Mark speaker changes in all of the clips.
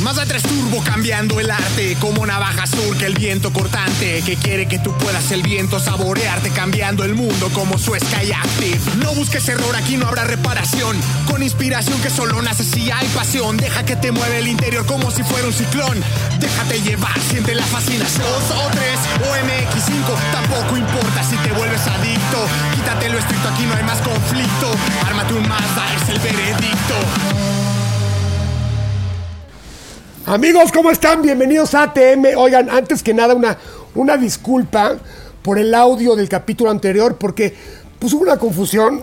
Speaker 1: Mazda 3 Turbo cambiando el arte, como navaja sur que el viento cortante, que quiere que tú puedas el viento saborearte, cambiando el mundo como su Sky Active. No busques error, aquí no habrá reparación, con inspiración que solo nace si hay pasión, deja que te mueve el interior como si fuera un ciclón, déjate llevar, siente la fascinación. O 3 o MX5, tampoco importa si te vuelves adicto, quítate lo estricto, aquí no hay más conflicto, ármate un Mazda, es el veredicto.
Speaker 2: Amigos, ¿cómo están? Bienvenidos a ATM. Oigan, antes que nada, una, una disculpa por el audio del capítulo anterior, porque pues, hubo una confusión.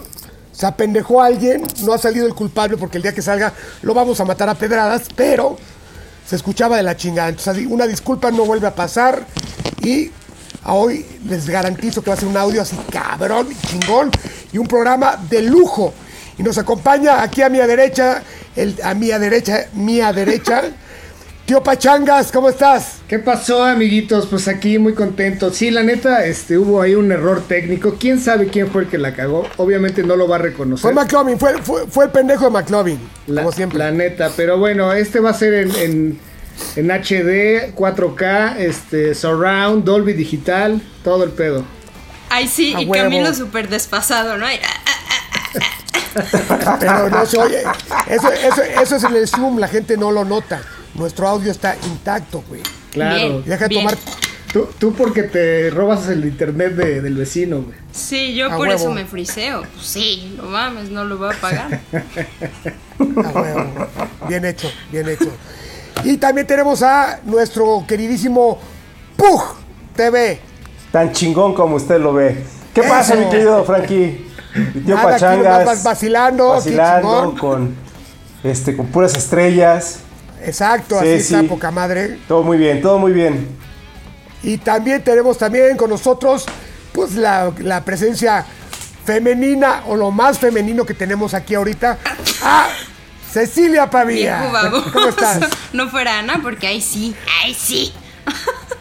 Speaker 2: Se apendejó alguien, no ha salido el culpable, porque el día que salga lo vamos a matar a pedradas, pero se escuchaba de la chingada. Entonces, una disculpa no vuelve a pasar. Y a hoy les garantizo que va a ser un audio así cabrón, chingón, y un programa de lujo. Y nos acompaña aquí a mi derecha, el, a mi derecha, mía derecha. Tío Pachangas, ¿cómo estás?
Speaker 3: ¿Qué pasó, amiguitos? Pues aquí muy contento. Sí, la neta, este, hubo ahí un error técnico. ¿Quién sabe quién fue el que la cagó? Obviamente no lo va a reconocer.
Speaker 2: Fue McLovin, fue, fue, fue el pendejo de McLovin,
Speaker 3: la,
Speaker 2: como siempre.
Speaker 3: La neta, pero bueno, este va a ser en, en, en HD, 4K, este, Surround, Dolby Digital, todo el pedo.
Speaker 4: Ay, sí,
Speaker 2: A
Speaker 4: y
Speaker 2: huevo.
Speaker 4: Camilo súper despasado, ¿no? Ay, ah, ah,
Speaker 2: Pero no se oye. Eso, eso, eso es en el Zoom, la gente no lo nota. Nuestro audio está intacto, güey.
Speaker 3: Claro.
Speaker 4: Bien.
Speaker 2: Deja de
Speaker 4: Bien.
Speaker 2: tomar.
Speaker 3: Tú, tú porque te robas el internet de- del vecino, güey.
Speaker 4: Sí, yo
Speaker 2: A
Speaker 4: por eso
Speaker 2: huevo.
Speaker 4: me friseo. Pues sí, no mames, no lo voy a pagar.
Speaker 2: Ah, huevo. Bien hecho, bien hecho. Y también tenemos a nuestro queridísimo Pug TV.
Speaker 5: Tan chingón como usted lo ve. ¿Qué
Speaker 2: Eso.
Speaker 5: pasa, mi querido Frankie? Mi tío
Speaker 2: Nada, aquí
Speaker 5: Pachangas.
Speaker 2: nomás vacilando, aquí
Speaker 5: vacilando
Speaker 2: chingón.
Speaker 5: con, este, con puras estrellas.
Speaker 2: Exacto,
Speaker 5: Sí,
Speaker 2: así está,
Speaker 5: sí.
Speaker 2: poca madre.
Speaker 5: Todo muy bien, todo muy bien.
Speaker 2: Y también tenemos también con nosotros, pues, la, la presencia femenina o lo más femenino que tenemos aquí ahorita, a Cecilia Pavía.
Speaker 4: Viejo baboso.
Speaker 2: ¿Cómo estás?
Speaker 4: No fuera Ana, porque ahí sí, ahí sí.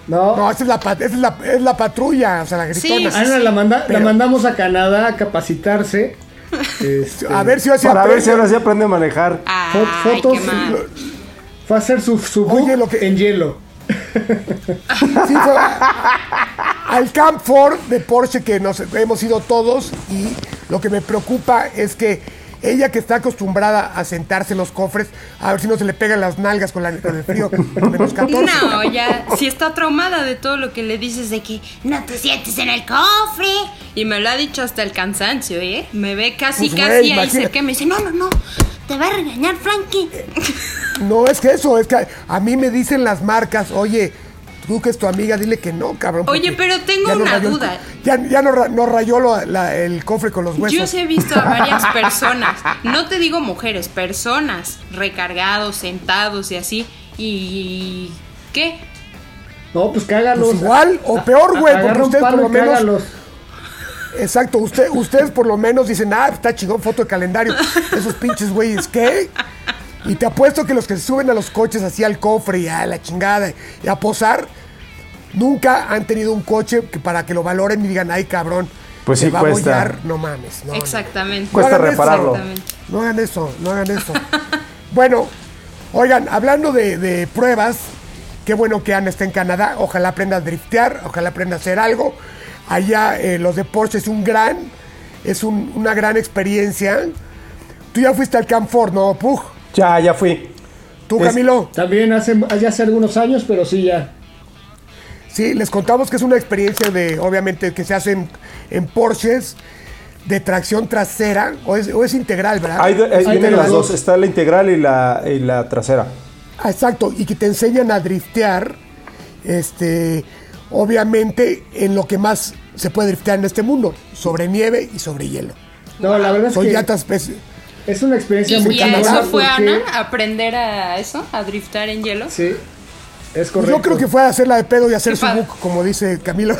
Speaker 3: No.
Speaker 2: No, esa es la, pat- esa es la, es la patrulla, o sea, la gritona.
Speaker 4: Sí,
Speaker 3: Ana la, manda,
Speaker 2: Pero-
Speaker 3: la mandamos a Canadá a capacitarse. Este,
Speaker 2: A ver si ahora sí
Speaker 5: Para ver
Speaker 2: aprende.
Speaker 5: si ahora sí aprende a manejar.
Speaker 4: Ay,
Speaker 3: fotos.
Speaker 4: qué mal.
Speaker 3: Fue a hacer su, su
Speaker 2: Oye,
Speaker 3: book
Speaker 2: lo que-
Speaker 3: en hielo.
Speaker 2: Sí, fue al Camp Ford de Porsche que nos hemos ido todos y lo que me preocupa es que ella que está acostumbrada a sentarse en los cofres, a ver si no se le pegan las nalgas con, la- con el frío, con menos 14.
Speaker 4: No, ya, si está traumada de todo lo que le dices de que no te sientes en el cofre. Y me lo ha dicho hasta el cansancio, ¿eh? Me ve casi,
Speaker 2: Pues,
Speaker 4: casi
Speaker 2: güey,
Speaker 4: ahí
Speaker 2: imagínate.
Speaker 4: cerca y me dice, no, no, no, te va a regañar Frankie.
Speaker 2: No es que eso, es que a mí me dicen las marcas, oye, tú que es tu amiga, dile que no, cabrón.
Speaker 4: Oye,
Speaker 2: porque
Speaker 4: pero tengo
Speaker 2: ya nos
Speaker 4: una
Speaker 2: rayó el-
Speaker 4: duda.
Speaker 2: ya ya nos ra- nos rayó lo- la- el cofre con los huesos.
Speaker 4: Yo sí he visto a varias personas, no te digo mujeres, personas recargados, sentados y así. ¿Y qué?
Speaker 3: No, pues cágalos.
Speaker 2: Pues igual o peor, güey,
Speaker 3: Agarra
Speaker 2: porque
Speaker 3: un
Speaker 2: usted por
Speaker 3: palo
Speaker 2: lo
Speaker 3: y
Speaker 2: menos...
Speaker 3: cágalos.
Speaker 2: Exacto, usted, ustedes por lo menos dicen, ah, está chingón foto de calendario. Esos pinches güeyes, ¿qué? Y te apuesto que los que se suben a los coches así al cofre y a la chingada y a posar, nunca han tenido un coche que para que lo valoren y digan, ay, cabrón,
Speaker 5: Pues
Speaker 2: te
Speaker 5: sí
Speaker 2: va
Speaker 5: cuesta.
Speaker 2: a bollar". No mames, no, no.
Speaker 4: Exactamente.
Speaker 5: Cuesta
Speaker 2: hagan eso.
Speaker 5: repararlo.
Speaker 4: Exactamente.
Speaker 2: No hagan eso, no hagan eso. bueno, oigan, hablando de, de pruebas, qué bueno que Ana está en Canadá. Ojalá aprenda a driftear, ojalá aprenda a hacer algo. Allá eh, los de Porsche es un gran, es un- una gran experiencia. Tú ya fuiste al Camp Ford, ¿no, Pug?
Speaker 5: Ya, ya fui.
Speaker 2: Tú,
Speaker 5: Es-
Speaker 2: Camilo.
Speaker 3: También hace, ya hace algunos años, pero sí ya.
Speaker 2: Sí, les contamos que es una experiencia de, obviamente, que se hace en, en Porsches de tracción trasera, o es, o es integral, ¿verdad?
Speaker 5: Ahí, de- ahí
Speaker 3: Ahí
Speaker 5: vienen
Speaker 3: tenemos
Speaker 5: las dos.
Speaker 3: dos.
Speaker 5: Está la integral y la, y la trasera.
Speaker 2: Ah, Exacto, y que te enseñan a driftear, este, obviamente en lo que más se puede driftear en este mundo, sobre nieve y sobre hielo.
Speaker 3: No, la verdad es
Speaker 2: Son
Speaker 3: que
Speaker 2: llantas, pues,
Speaker 3: es una
Speaker 4: ¿Y,
Speaker 3: experiencia muy
Speaker 4: y a
Speaker 3: cabrona
Speaker 4: eso fue
Speaker 3: porque-
Speaker 4: Ana? ¿A ¿Aprender a eso? ¿A driftar en hielo?
Speaker 3: Sí, es correcto.
Speaker 2: Pues yo creo que fue a hacerla de pedo y hacer
Speaker 4: Qué
Speaker 2: su
Speaker 4: padre.
Speaker 2: book, como dice Camilo.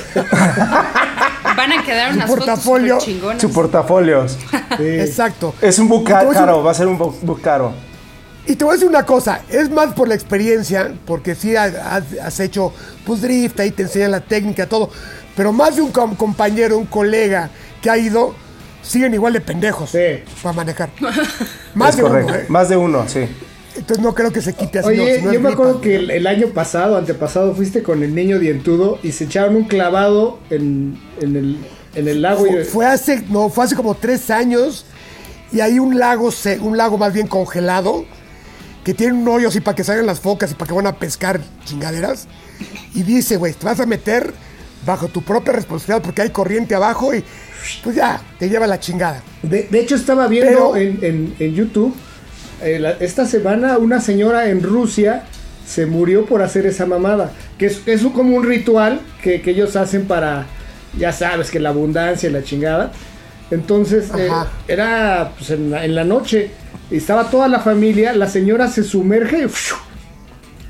Speaker 4: Van a quedar
Speaker 2: Su
Speaker 4: unas
Speaker 2: portafolio,
Speaker 4: fotos súper chingonas.
Speaker 5: Su portafolios.
Speaker 3: Sí.
Speaker 2: Exacto.
Speaker 5: Es un
Speaker 2: Te voy a
Speaker 5: buca
Speaker 2: decir-
Speaker 5: caro, va a ser un bu- buc caro.
Speaker 2: Y te voy a decir una cosa, es más por la experiencia, porque sí has, has hecho pues, drift, ahí te enseñan la técnica, todo, pero más de un com- compañero, un colega que ha ido, siguen igual de pendejos
Speaker 3: Sí.
Speaker 2: para manejar. Más
Speaker 5: Es
Speaker 2: de
Speaker 5: correcto.
Speaker 2: uno, ¿eh?
Speaker 5: Más de uno, sí.
Speaker 2: Entonces no creo que se quite así. no,
Speaker 3: Oye,
Speaker 2: si no
Speaker 3: yo
Speaker 2: es
Speaker 3: me
Speaker 2: gripa.
Speaker 3: acuerdo que el, el año pasado, antepasado, fuiste con el niño dientudo y se echaron un clavado en, en el, en el lago. y-
Speaker 2: Fue, fue hace, no, fue hace como tres años y hay un lago, se- un lago más bien congelado que tiene un hoyo así para que salgan las focas y para que van a pescar chingaderas. Y dice, güey, te vas a meter bajo tu propia responsabilidad porque hay corriente abajo y pues ya, te lleva la chingada.
Speaker 3: De, de hecho, estaba viendo
Speaker 2: Pero-
Speaker 3: en, en- en YouTube, eh, la- esta semana una señora en Rusia se murió por hacer esa mamada, que es, es un- como un ritual que, que ellos hacen para, ya sabes, que la abundancia y la chingada. Entonces, eh,
Speaker 2: Ajá.
Speaker 3: era pues, en, la, en la noche, y estaba toda la familia, la señora se sumerge y ¡fiu!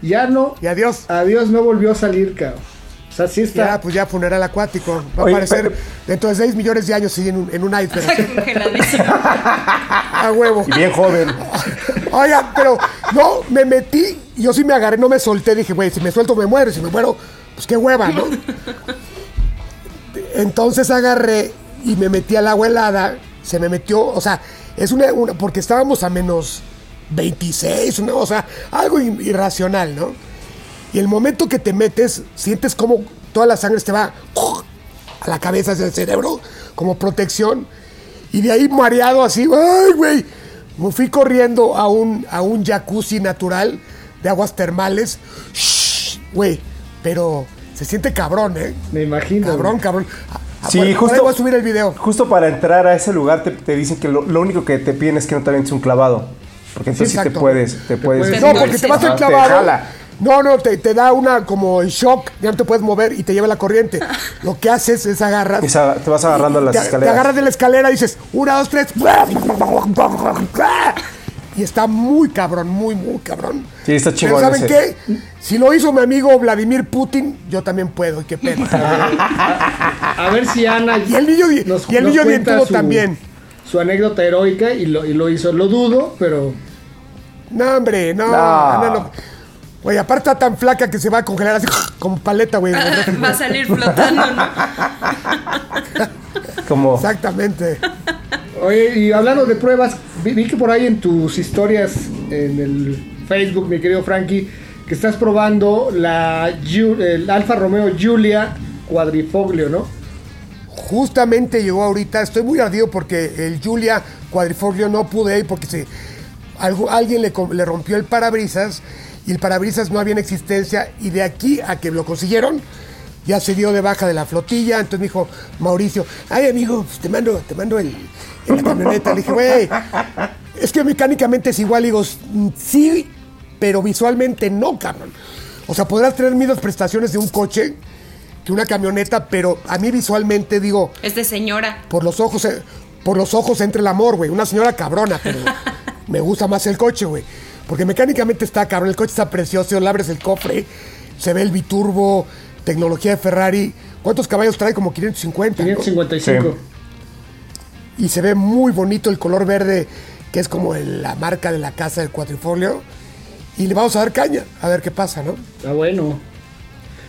Speaker 3: ya no,
Speaker 2: Y adiós.
Speaker 3: adiós, no volvió a salir, cabrón. O sea, sí está.
Speaker 2: Ya, pues ya funeral acuático. Va
Speaker 5: Oye,
Speaker 2: a aparecer
Speaker 5: pero-
Speaker 2: dentro de 6 millones de años sí, en un, en un iceberg.
Speaker 4: Congeladísimo.
Speaker 2: A huevo.
Speaker 5: Y bien joven.
Speaker 2: Oiga, pero no, me metí, yo sí me agarré, no me solté, dije, güey, si me suelto me muero, si me muero, pues qué hueva, ¿no? Entonces agarré y me metí al agua helada, se me metió, o sea, es una, una- porque estábamos a menos 26, ¿no? o sea, algo ir- irracional, ¿no? Y el momento que te metes, sientes como toda la sangre te va a la cabeza, hacia el cerebro, como protección. Y de ahí mareado así, ¡ay, güey! Me fui corriendo a un, a un jacuzzi natural de aguas termales. ¡Shh! Güey, pero se siente cabrón, ¿eh?
Speaker 3: Me imagino.
Speaker 2: Cabrón,
Speaker 3: güey.
Speaker 2: cabrón. A- a-
Speaker 5: Sí,
Speaker 2: por Ah, ahí
Speaker 5: justo.
Speaker 2: voy a subir el video.
Speaker 5: Justo para entrar a ese lugar te, te dicen que lo, lo único que te piden es que no te avientes un clavado. Porque entonces sí, te
Speaker 2: exacto.
Speaker 5: puedes, te puedes.
Speaker 4: puedes
Speaker 2: No,
Speaker 4: Entonces,
Speaker 2: porque te vas
Speaker 5: Ajá,
Speaker 2: al
Speaker 5: te
Speaker 2: clavado.
Speaker 5: jala.
Speaker 2: No, no, te, te da una como el shock, ya no te puedes mover y te lleva la corriente. Lo que haces es agarrar.
Speaker 5: Y sa- te vas agarrando a las
Speaker 2: te, te
Speaker 5: escaleras.
Speaker 2: agarras de la escalera y dices, una, dos, tres. Y está muy cabrón, muy, muy cabrón.
Speaker 5: Sí, está
Speaker 2: Pero
Speaker 5: chingón
Speaker 2: ¿saben
Speaker 5: ese.
Speaker 2: qué? Si lo hizo mi amigo Vladimir Putin, yo también puedo, y qué pedo.
Speaker 3: A ver si Ana.
Speaker 2: Y el niño di- y el niño
Speaker 3: cuenta
Speaker 2: dientudo también.
Speaker 3: Su anécdota heroica y lo, y lo hizo. Lo dudo, pero.
Speaker 2: No, hombre, no.
Speaker 5: No.
Speaker 2: Ana no. Güey, aparte está tan flaca que se va a congelar así como paleta, güey.
Speaker 4: Va a salir flotando, ¿no?
Speaker 5: Como.
Speaker 2: Exactamente.
Speaker 3: Oye, y hablando de pruebas, vi, vi que por ahí en tus historias en el Facebook, mi querido Frankie, que estás probando la Ju- el Alfa Romeo Giulia Cuadrifoglio, ¿no?
Speaker 2: Justamente llegó ahorita, estoy muy ardido porque el Julia Cuadrifoglio no pude ir porque se, algo, alguien le, com- le rompió el parabrisas y el parabrisas no había en existencia y de aquí a que lo consiguieron ya se dio de baja de la flotilla, entonces me dijo Mauricio, ay amigo, pues te mando, te mando el, en la camioneta, le dije, güey, es que mecánicamente es igual, digo, sí, pero visualmente no, cabrón. O sea, podrás tener mismas prestaciones de un coche que una camioneta, pero a mí visualmente digo,
Speaker 4: Es de Este señora.
Speaker 2: por los ojos, eh, por los ojos entra el amor, güey. Una señora cabrona, pero me gusta más el coche, güey. Porque mecánicamente está cabrón, el coche está precioso, le abres el cofre, se ve el biturbo, tecnología de Ferrari. ¿Cuántos caballos trae? Como 550. ¿no?
Speaker 3: 555.
Speaker 2: y se ve muy bonito el color verde, que es como el- la marca de la casa del cuatrifolio. Y le vamos a dar caña, a ver qué pasa, ¿no?
Speaker 3: Está Ah, bueno.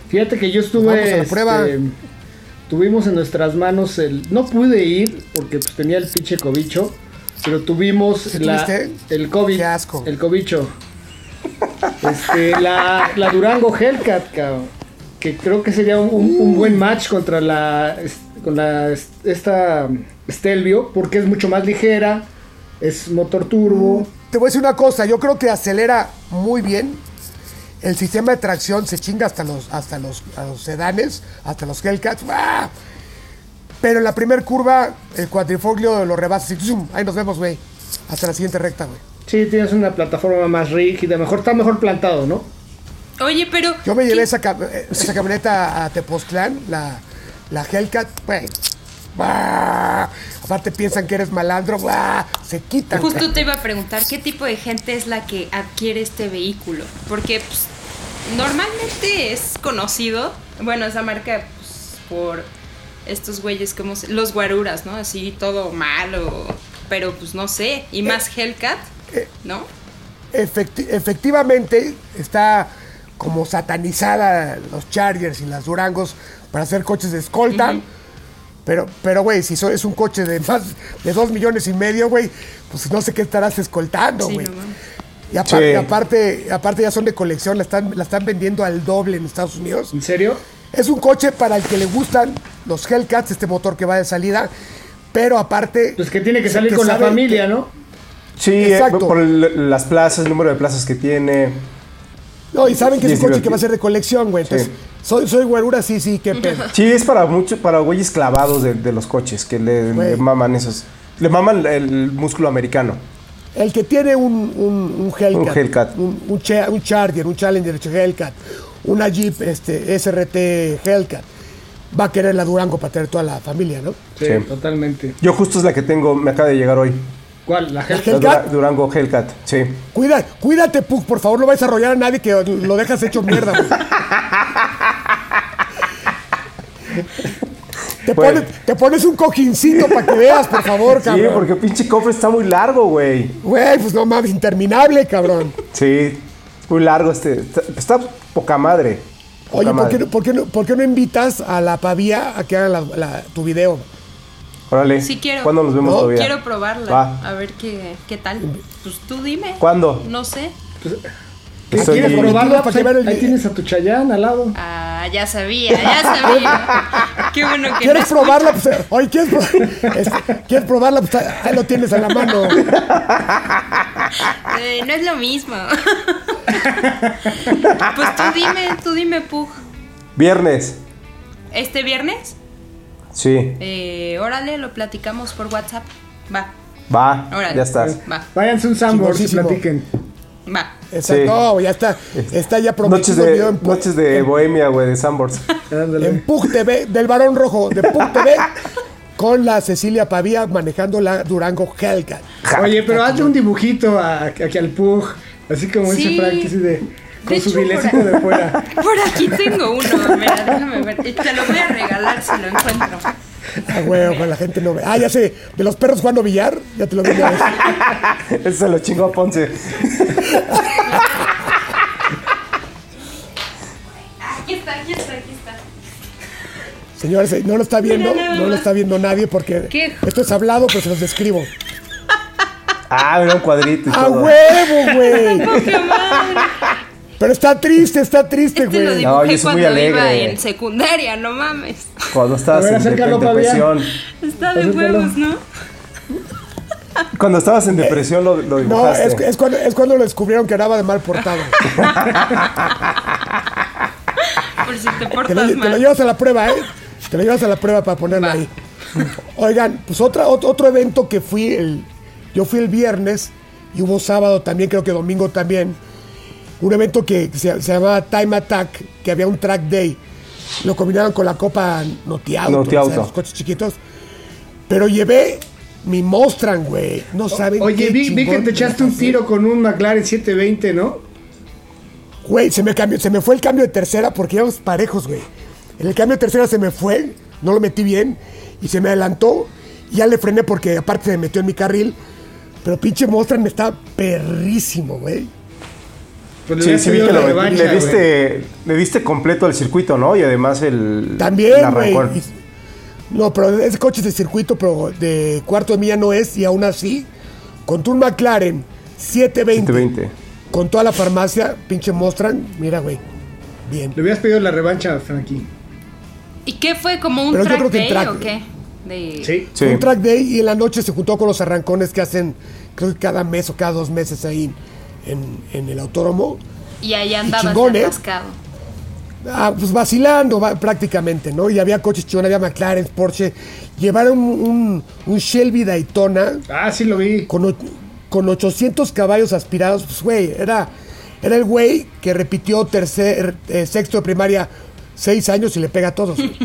Speaker 3: Fíjate que yo estuve.
Speaker 2: Vamos a la
Speaker 3: este,
Speaker 2: prueba.
Speaker 3: Tuvimos en nuestras manos el. No pude ir porque pues, tenía el pinche cobicho. Pero tuvimos
Speaker 2: ¿Sí
Speaker 3: la,
Speaker 2: tuviste?
Speaker 3: el COVID.
Speaker 2: Qué asco.
Speaker 3: El cobicho. Este, la, la Durango Hellcat, cabrón. Que creo que sería un, un- un buen match contra la. es- Con la. es- Esta. Stelvio. Porque es mucho más ligera. Es motor turbo.
Speaker 2: Te voy a decir una cosa, yo creo que acelera muy bien. El sistema de tracción se chinga hasta los, hasta los, a los sedanes, hasta los Hellcats. ¡Ah! Pero en la primera curva, el cuatrifoglio lo rebasa y ¡zum! ahí nos vemos, güey. Hasta la siguiente recta, güey.
Speaker 3: Sí, tienes una plataforma más rígida. Mejor está mejor plantado, ¿no?
Speaker 4: Oye, pero.
Speaker 2: Yo me llevé
Speaker 4: ¿qué-
Speaker 2: esa, cam- eh, esa camioneta a Tepoztlán, la, la Hellcat, güey. ¡Ah! Aparte piensan que eres malandro, ¡ah! se quitan. güey.
Speaker 4: Justo te iba a preguntar qué tipo de gente es la que adquiere este vehículo. Porque pues, normalmente es conocido, bueno, esa marca pues, por estos güeyes como se- los guaruras, ¿no? Así todo malo, pero pues no sé, y más Hellcat, ¿no?
Speaker 2: efecti- efectivamente está como satanizada los Chargers y las Durangos para hacer coches de escolta. Pero, pero, güey, si so- es un coche de más de dos millones y medio, güey, pues no sé qué estarás escoltando,
Speaker 4: Sí,
Speaker 2: güey.
Speaker 4: no mames.
Speaker 2: y aparte,
Speaker 5: Sí.
Speaker 2: aparte, aparte ya son de colección, la están, la están vendiendo al doble en Estados Unidos.
Speaker 3: ¿En serio?
Speaker 2: Es un coche para el que le gustan los Hellcats, este motor que va de salida, pero aparte...
Speaker 3: Pues que tiene que
Speaker 2: el
Speaker 3: salir con la
Speaker 2: sabe
Speaker 3: familia,
Speaker 2: que-
Speaker 3: ¿no?
Speaker 5: Sí, eh,
Speaker 2: Exacto.
Speaker 5: por el- las plazas, el número de plazas que tiene.
Speaker 2: No, y saben que es un
Speaker 5: Sí,
Speaker 2: coche
Speaker 5: sí,
Speaker 2: que va a ser de colección, güey. Entonces,
Speaker 5: Sí.
Speaker 2: soy, soy güerura, sí, sí, qué pedo.
Speaker 5: Sí, es para mucho, para güeyes clavados de, de los coches, que le,
Speaker 2: Güey.
Speaker 5: le maman esos. Le maman el músculo americano.
Speaker 2: El que tiene un, un, un Hellcat,
Speaker 5: Un Hellcat.
Speaker 2: un- un Cha- un Charger, un Challenger Hellcat, una Jeep este, SRT Hellcat, va a querer la Durango para tener toda la familia, ¿no?
Speaker 3: Sí,
Speaker 5: Sí.
Speaker 3: totalmente.
Speaker 5: Yo justo es la que tengo, me acaba de llegar hoy.
Speaker 3: ¿Cuál? La gente.
Speaker 5: La
Speaker 2: ¿Hellcat?
Speaker 5: Dura- Durango Hellcat, sí.
Speaker 2: Cuida, cuídate, Pug, por favor, no vayas a arrollar a nadie que lo dejas hecho mierda, güey. Te,
Speaker 5: Bueno.
Speaker 2: pones, te pones un cojincito para que veas, por favor,
Speaker 5: Sí,
Speaker 2: cabrón.
Speaker 5: porque pinche cofre está muy largo, güey.
Speaker 2: Güey, pues no mames, interminable, cabrón.
Speaker 5: Sí, es muy largo este. Está, está poca madre. Poca
Speaker 2: Oye, ¿por qué,
Speaker 5: madre.
Speaker 2: no- por, qué no, por qué no invitas a la pavía a que haga la- la- tu video?
Speaker 5: Órale.
Speaker 4: Sí quiero.
Speaker 5: ¿Cuándo nos vemos
Speaker 2: No,
Speaker 5: todavía?
Speaker 4: Quiero probarla.
Speaker 5: Va.
Speaker 4: A ver qué, qué tal. Pues tú dime.
Speaker 5: ¿Cuándo?
Speaker 4: No sé.
Speaker 5: Que soy-
Speaker 3: ¿Quieres probarla?
Speaker 2: Para
Speaker 3: Pues
Speaker 2: que vean
Speaker 3: ahí,
Speaker 2: el-
Speaker 3: ahí tienes a tu Chayán al lado.
Speaker 4: Ah, ya sabía, ya sabía. qué bueno que
Speaker 2: ¿Quieres
Speaker 4: no-
Speaker 2: probarla? Pues, eh, oye, ¿quieres, pro- este, ¿quieres probarla? Pues ahí ahí lo tienes a la mano.
Speaker 4: eh, no es lo mismo. pues tú dime, tú dime, Pug.
Speaker 5: Viernes.
Speaker 4: Este viernes,
Speaker 5: Sí.
Speaker 4: eh, órale, lo platicamos por WhatsApp. Va,
Speaker 5: Va.
Speaker 4: órale.
Speaker 5: Ya estás.
Speaker 4: Va,
Speaker 3: Váyanse un sandboard y
Speaker 2: Chingosísimo.
Speaker 3: platiquen.
Speaker 4: va.
Speaker 2: Exacto,
Speaker 5: Sí.
Speaker 2: no, ya está. Está ya
Speaker 5: Noches
Speaker 2: prometido el
Speaker 5: de,
Speaker 2: video en, Pug-
Speaker 5: noches de Bohemia, güey, de Sambors.
Speaker 3: Ándale.
Speaker 2: en Pug TV, del Barón Rojo, de Pug TV, con la Cecilia Pavía manejando la Durango Hellcat.
Speaker 3: Oye, pero hazle un dibujito a, aquí al Pug, así como
Speaker 4: Sí.
Speaker 3: dice Frank, así de, con
Speaker 4: De
Speaker 3: su
Speaker 4: hecho,
Speaker 3: bilecito
Speaker 4: por-
Speaker 3: de fuera.
Speaker 4: Por aquí tengo uno, mira, déjame ver. Y Te lo voy a regalar si lo encuentro.
Speaker 2: Ah, güey, ojalá la gente no ve. Ah, ya sé, de los perros jugando billar, ya te lo vi una vez.
Speaker 5: Ese se lo chingó a Ponce.
Speaker 4: Aquí está, aquí está, aquí está.
Speaker 2: Señores, eh, no lo está viendo,
Speaker 4: Mira nada
Speaker 2: no lo
Speaker 4: más.
Speaker 2: está viendo nadie porque
Speaker 4: ¿Qué?
Speaker 2: esto es hablado, pero se los describo.
Speaker 5: Ah, mira un cuadrito y
Speaker 2: ¡A
Speaker 5: todo.
Speaker 2: huevo, güey!
Speaker 4: Pokémon.
Speaker 2: Pero está triste, está triste,
Speaker 4: Este lo
Speaker 2: güey.
Speaker 4: dibujé
Speaker 5: No, yo soy muy
Speaker 4: cuando iba
Speaker 5: alegre.
Speaker 4: en secundaria, no mames.
Speaker 5: Cuando
Speaker 3: A
Speaker 5: estabas
Speaker 3: ver,
Speaker 5: en, de-
Speaker 3: acércalo,
Speaker 5: en depresión.
Speaker 4: Está de
Speaker 3: Acércalo.
Speaker 4: huevos, ¿no?
Speaker 5: Cuando estabas en depresión lo, lo
Speaker 2: No,
Speaker 5: dibujaste.
Speaker 2: es, es cuando, es cuando lo descubrieron que andaba de mal portado.
Speaker 4: Por si te
Speaker 2: Te lo,
Speaker 4: portas
Speaker 2: te lo
Speaker 4: mal.
Speaker 2: llevas a la prueba, ¿eh? Te lo llevas a la prueba para ponerlo
Speaker 4: Va.
Speaker 2: ahí. Oigan, pues otra, ot- otro evento que fui el. Yo fui el viernes y hubo sábado también, creo que domingo también. Un evento que se, se llamaba Time Attack, que había un track day. Lo combinaron con la Copa Notiauto,
Speaker 5: Notiauto.
Speaker 2: o sea, los coches chiquitos. Pero llevé mi Mostran, güey. No saben
Speaker 3: Oye,
Speaker 2: qué
Speaker 3: vi, vi que
Speaker 2: chingón
Speaker 3: te echaste un tiro con un McLaren 720, ¿no?
Speaker 2: Güey, se me cambió, se me fue el cambio de tercera porque íbamos parejos, güey. En el cambio de tercera se me fue, no lo metí bien y se me adelantó. Y ya le frené porque aparte se metió en mi carril. Pero pinche Mostra me está perrísimo, güey.
Speaker 3: Pues le
Speaker 5: Sí,
Speaker 3: hubieras
Speaker 5: sí, vi
Speaker 3: pedido
Speaker 5: que
Speaker 3: la
Speaker 5: lo-
Speaker 3: revancha,
Speaker 5: le,
Speaker 3: güey.
Speaker 5: diste, le diste completo el circuito, ¿no? Y además el. el
Speaker 2: También, güey.
Speaker 5: arrancón.
Speaker 2: Y- No, pero ese coche es de circuito, pero de cuarto de milla no es. Y aún así, con tu McLaren 720,
Speaker 5: 720.
Speaker 2: con toda la farmacia, pinche Mostran, mira, güey. Bien.
Speaker 3: Le hubieras pedido la revancha, Frankie.
Speaker 4: ¿Y qué fue? ¿Como un
Speaker 2: Pero yo
Speaker 4: track
Speaker 2: creo que
Speaker 4: day
Speaker 2: track-
Speaker 4: o qué? De...
Speaker 3: Sí.
Speaker 5: Sí.
Speaker 2: Fue un track day y en la noche se juntó con los arrancones que hacen, creo que cada mes o cada dos meses ahí en, en el autódromo.
Speaker 4: Y ahí andabas
Speaker 2: chingón, ¿eh?
Speaker 4: atascado.
Speaker 2: Ah, pues vacilando va- prácticamente, ¿no? Y había coches chon, había McLaren, Porsche. Llevaron un, un- un Shelby Daytona
Speaker 3: Ah, sí lo vi.
Speaker 2: con, o- con 800 caballos aspirados. Pues, güey, era, era el güey que repitió tercer, eh, sexto de primaria seis años y le pega a todos. güey.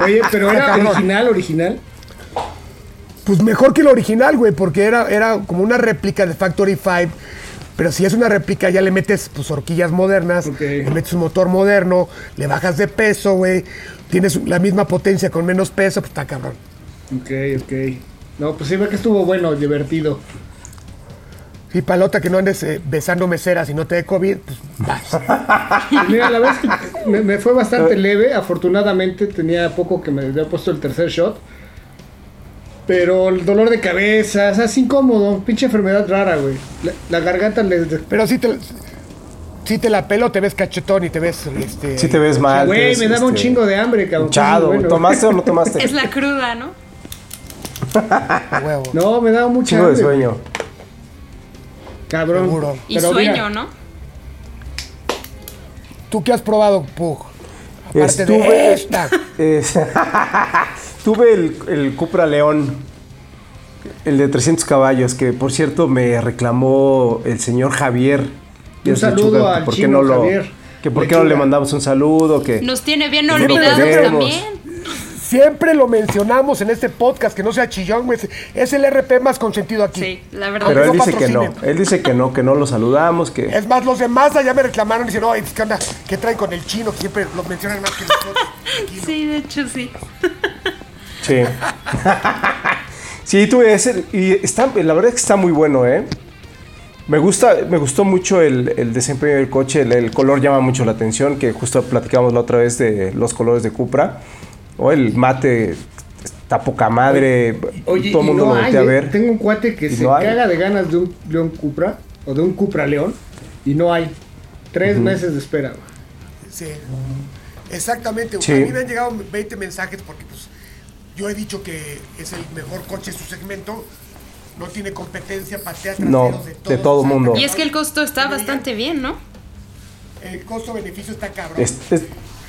Speaker 3: Oye, pero era
Speaker 2: cabrón.
Speaker 3: original, original.
Speaker 2: Pues mejor que el original, güey, porque era, era como una réplica de Factory 5. Pero si es una réplica, ya le metes pues, horquillas modernas,
Speaker 3: Ok.
Speaker 2: le metes un motor moderno, le bajas de peso, güey. Tienes la misma potencia con menos peso, pues está cabrón.
Speaker 3: Ok, ok. No, pues sí, ve que estuvo bueno, divertido.
Speaker 2: Y palota que no andes eh, besando meseras y no te dé COVID, pues
Speaker 3: Mira, la verdad es que me, me fue
Speaker 5: Ah.
Speaker 3: bastante leve. Afortunadamente tenía poco que me había puesto el tercer shot. Pero el dolor de cabeza, o sea, es incómodo. Pinche enfermedad rara, güey. La, la garganta les... des-
Speaker 2: Pero si te, si te la pelo, te ves cachetón y te ves. Este,
Speaker 5: Si te ves mal. te
Speaker 3: Güey,
Speaker 5: ves,
Speaker 3: me daba un
Speaker 5: este,
Speaker 3: chingo de hambre, cabrón.
Speaker 5: Hinchado.
Speaker 3: Bueno.
Speaker 5: ¿Tomaste o no tomaste?
Speaker 4: Es la cruda, ¿no?
Speaker 2: a huevo.
Speaker 3: No, me daba mucha
Speaker 5: Chingo de
Speaker 3: hambre.
Speaker 5: sueño.
Speaker 3: Cabrón.
Speaker 2: Seguro.
Speaker 4: Y
Speaker 3: Pero
Speaker 4: sueño,
Speaker 3: mira,
Speaker 4: ¿no?
Speaker 2: ¿Tú qué has probado, Pug? Aparte de
Speaker 5: Estuve.
Speaker 2: esta.
Speaker 5: es- tuve el, el Cupra León. El de 300 caballos, que por cierto me reclamó el señor Javier.
Speaker 3: Un saludo
Speaker 5: Lechuga, que
Speaker 3: al
Speaker 5: por qué
Speaker 3: chino
Speaker 5: no lo,
Speaker 3: Javier
Speaker 5: Que por qué no le
Speaker 3: Lechuga.
Speaker 5: mandamos un saludo.
Speaker 3: eh,
Speaker 5: Que,
Speaker 4: Nos tiene bien
Speaker 5: que no lo
Speaker 4: olvidados
Speaker 5: queremos.
Speaker 4: también.
Speaker 2: Siempre lo mencionamos en este podcast, que no sea chillón, güey. Es el RP más consentido aquí.
Speaker 4: Sí, la verdad.
Speaker 5: Pero
Speaker 2: Aunque
Speaker 5: él
Speaker 2: no
Speaker 5: dice que no.
Speaker 2: patrocinen.
Speaker 5: Él dice que no, que no lo saludamos. Que,
Speaker 2: Es más, los de Mazda ya me reclamaron y dicen, no, ¿qué onda? ¿Qué traen con el chino? Que siempre lo mencionan más que nosotros.
Speaker 4: Sí, de hecho sí.
Speaker 5: Sí. sí, tuve ese. Y está, la verdad es que está muy bueno, ¿eh? Me, gusta, me gustó mucho el, el desempeño del coche, el, el color llama mucho la atención, que justo platicamos la otra vez de los colores de Cupra. O el mate está poca madre,
Speaker 3: Oye,
Speaker 5: todo el
Speaker 3: y
Speaker 5: mundo
Speaker 3: no
Speaker 5: lo voltea
Speaker 3: hay,
Speaker 5: a
Speaker 3: ¿eh?
Speaker 5: ver.
Speaker 3: Tengo un cuate que
Speaker 5: Y
Speaker 3: se
Speaker 5: no hay.
Speaker 3: caga de ganas de un León Cupra o de un Cupra León y no hay. Tres meses de espera, güey.
Speaker 2: Sí. Exactamente.
Speaker 5: Sí.
Speaker 2: A mí me han llegado 20 mensajes porque pues yo he dicho que es el mejor coche de su segmento. No tiene competencia, patea traseros
Speaker 5: No,
Speaker 2: de
Speaker 5: de
Speaker 2: todos,
Speaker 5: todo
Speaker 2: o sea,
Speaker 5: mundo.
Speaker 4: Y es que el costo está
Speaker 2: Que me
Speaker 4: bastante bien, ¿no?
Speaker 2: digan, El costo-beneficio está cabrón.
Speaker 5: Es- es-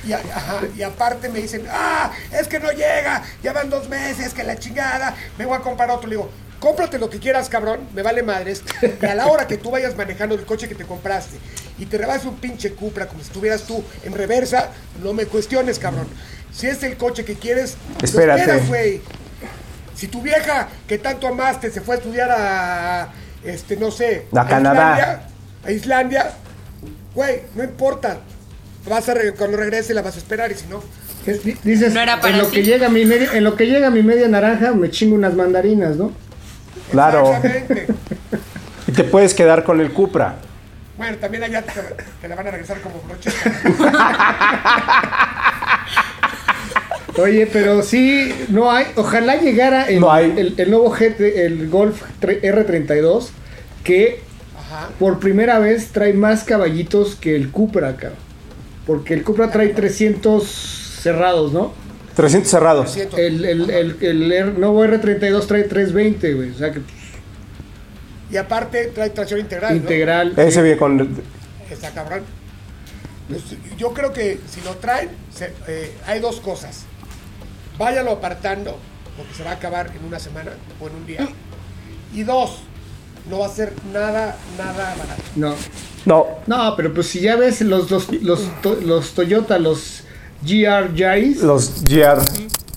Speaker 2: Y, a- ajá, y aparte me dicen, ah, es que no llega, ya van dos meses, que la chingada, me voy a comprar otro. Le digo, cómprate lo que quieras, cabrón, me vale madres. Y a la hora que tú vayas manejando el coche que te compraste y te rebas un pinche Cupra como si estuvieras tú en reversa, no me cuestiones, cabrón. Si es el coche que quieres, lo
Speaker 5: Espérate.
Speaker 2: esperas, güey. Si tu vieja que tanto amaste se fue a estudiar a, este, no sé,
Speaker 5: A Canadá.
Speaker 2: Islandia, a Islandia, güey, no importa. Vas a re- cuando regrese la vas a esperar y si no,
Speaker 3: Es- di- Dices,
Speaker 4: No era para
Speaker 3: en, lo
Speaker 4: ti.
Speaker 3: que llega mi media, en lo que llega mi media naranja, me chingo unas mandarinas, ¿no?
Speaker 5: claro.
Speaker 2: Exactamente.
Speaker 5: Y te puedes quedar con el Cupra.
Speaker 2: Bueno, también allá te, te la van a regresar como broche.
Speaker 3: Oye, pero sí, no hay. Ojalá llegara el,
Speaker 5: No hay.
Speaker 3: el- el nuevo GT, el Golf tre- R32, que
Speaker 2: Ajá.
Speaker 3: por primera vez trae más caballitos que el Cupra, cabrón. Porque el Cupra trae 300 cerrados, ¿no?
Speaker 5: 300 cerrados.
Speaker 2: Siento.
Speaker 3: El, el, el, el R- nuevo R32 trae 320, güey. O sea que pues,
Speaker 2: Y aparte trae tracción integral. Integral.
Speaker 3: integral.
Speaker 5: Ese viene con...
Speaker 2: Está cabrón. Pues, yo creo que si lo traen, se- eh, hay dos cosas. Váyalo apartando, porque se va a acabar en una semana o en un día. Y dos, no va a ser nada, nada barato.
Speaker 3: No.
Speaker 5: No,
Speaker 3: No, pero pues si ya ves los, los, los, to- los Toyota, los GR Yaris,
Speaker 5: los GR.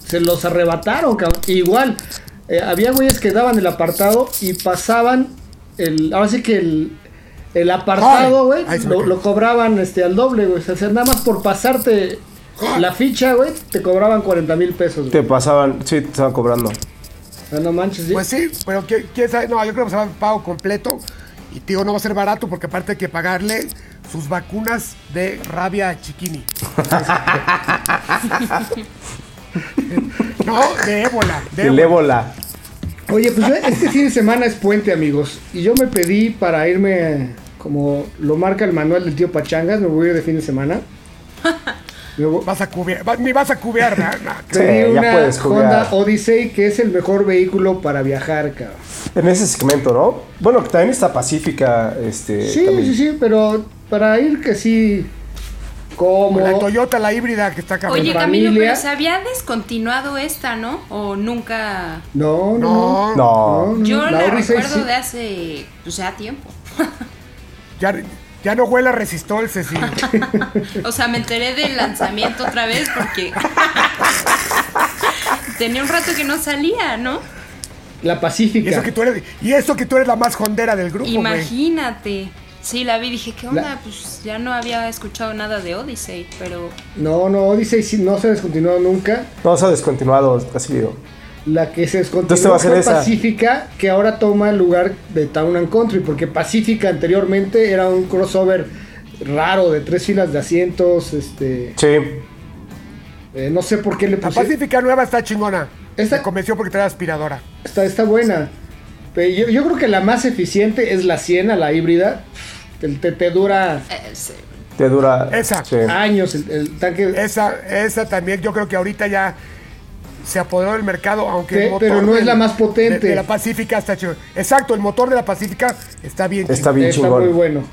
Speaker 3: se los arrebataron, cabrón. Igual, eh, había güeyes que daban el apartado y pasaban el. Ahora sí que el. El apartado,
Speaker 2: Ay,
Speaker 3: güey,
Speaker 2: ahí se me
Speaker 3: lo,
Speaker 2: cae.
Speaker 3: lo cobraban este al doble, güey. O sea, nada más por pasarte la ficha, güey, te cobraban 40 mil pesos,
Speaker 5: Te
Speaker 3: güey.
Speaker 5: pasaban, sí, te estaban cobrando.
Speaker 3: O sea, no manches.
Speaker 2: Pues sí, pero ¿qui- quién sabe, no, yo creo que se va a pago completo. Y tío, no va a ser barato porque aparte hay que pagarle sus vacunas de rabia a chiquini. no, de ébola, de
Speaker 5: El
Speaker 2: ébola.
Speaker 5: ébola.
Speaker 3: Oye, pues yo- este fin de semana es puente, amigos. Y yo me pedí para irme, como lo marca el manual del tío Pachangas, me voy a ir de fin de semana. Me voy-
Speaker 2: Vas a cubear, va- ni vas a cubear, ¿verdad? No,
Speaker 5: Sí,
Speaker 3: pedí
Speaker 5: Eh, ya
Speaker 3: una
Speaker 5: puedes jugar.
Speaker 3: Honda Odyssey, que es el mejor vehículo para viajar, cabrón.
Speaker 5: En ese segmento, ¿no? Bueno, que también está Pacífica, este.
Speaker 3: Sí,
Speaker 5: también.
Speaker 3: sí, sí, pero para ir que sí,
Speaker 2: con la
Speaker 3: cómodo.
Speaker 2: Toyota, la híbrida que está cabrón.
Speaker 4: Oye,
Speaker 3: familia.
Speaker 4: Camilo, pero se había descontinuado esta, ¿no? O nunca.
Speaker 3: No, no,
Speaker 2: no,
Speaker 3: no.
Speaker 5: No.
Speaker 3: no,
Speaker 4: Yo la,
Speaker 3: Odyssey
Speaker 4: recuerdo
Speaker 3: sí.
Speaker 4: de hace pues, ya tiempo.
Speaker 2: Ya, ya no huele a resistol, Ceci.
Speaker 4: O sea, me enteré del lanzamiento otra vez porque tenía un rato que no salía, ¿no?
Speaker 2: Y
Speaker 3: La
Speaker 2: eso
Speaker 3: Pacífica.
Speaker 2: que tú eres, y eso que tú eres la más hondera del grupo, güey.
Speaker 4: Imagínate. Sí, la vi, dije, ¿qué onda?
Speaker 3: La-
Speaker 4: Pues ya no había escuchado nada de Odyssey, pero
Speaker 3: No, no, Odyssey sí, no se ha descontinuado nunca.
Speaker 5: No se ha descontinuado, ha sido.
Speaker 3: la que se
Speaker 5: Entonces va
Speaker 3: descontinuó
Speaker 5: a ser
Speaker 3: fue
Speaker 5: esa.
Speaker 3: Pacifica, que ahora toma el lugar de Town and Country, porque Pacifica anteriormente era un crossover raro de tres filas de asientos, este,
Speaker 5: Sí.
Speaker 3: eh, no sé por qué le
Speaker 2: La
Speaker 3: pusieron,
Speaker 2: Pacífica Nueva está chingona.
Speaker 3: Esta-
Speaker 2: Me convenció porque trae aspiradora.
Speaker 3: está, está buena, Pero yo, yo creo que la más eficiente es la Siena, la híbrida, el te, te dura
Speaker 4: Eh, sí.
Speaker 5: Te dura.
Speaker 2: Esa. Ah,
Speaker 5: Sí.
Speaker 3: años el, el tanque,
Speaker 2: Esa, esa también, yo creo que ahorita ya se apoderó del mercado, aunque.
Speaker 3: Pe- pero no es la más potente.
Speaker 2: De, de la Pacífica está chido. Exacto, el motor de la Pacífica está bien.
Speaker 5: Está
Speaker 2: chido.
Speaker 5: bien
Speaker 3: está
Speaker 5: chingón.
Speaker 3: muy bueno.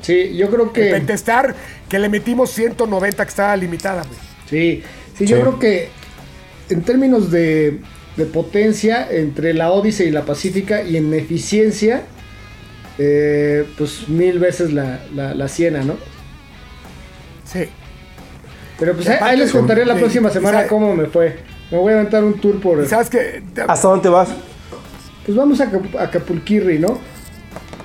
Speaker 3: Sí, yo creo
Speaker 2: El
Speaker 3: que...
Speaker 2: Pentestar, que le metimos 190, que estaba limitada, güey.
Speaker 3: Sí, sí, yo
Speaker 5: Sí.
Speaker 3: creo que en términos de, de potencia entre la Odyssey y la Pacífica y en eficiencia, eh, pues mil veces la, la, la Siena, ¿no?
Speaker 2: Sí.
Speaker 3: Pero pues
Speaker 2: Y
Speaker 3: ahí,
Speaker 2: aparte
Speaker 3: ahí les
Speaker 2: de-
Speaker 3: contaré la
Speaker 2: de-
Speaker 3: próxima semana
Speaker 2: ¿sabe-
Speaker 3: cómo me fue. Me voy a aventar un tour por...
Speaker 2: Y sabes que.
Speaker 5: ¿Hasta dónde vas?
Speaker 3: Pues vamos a, Acap- a Acapulquirri, ¿no?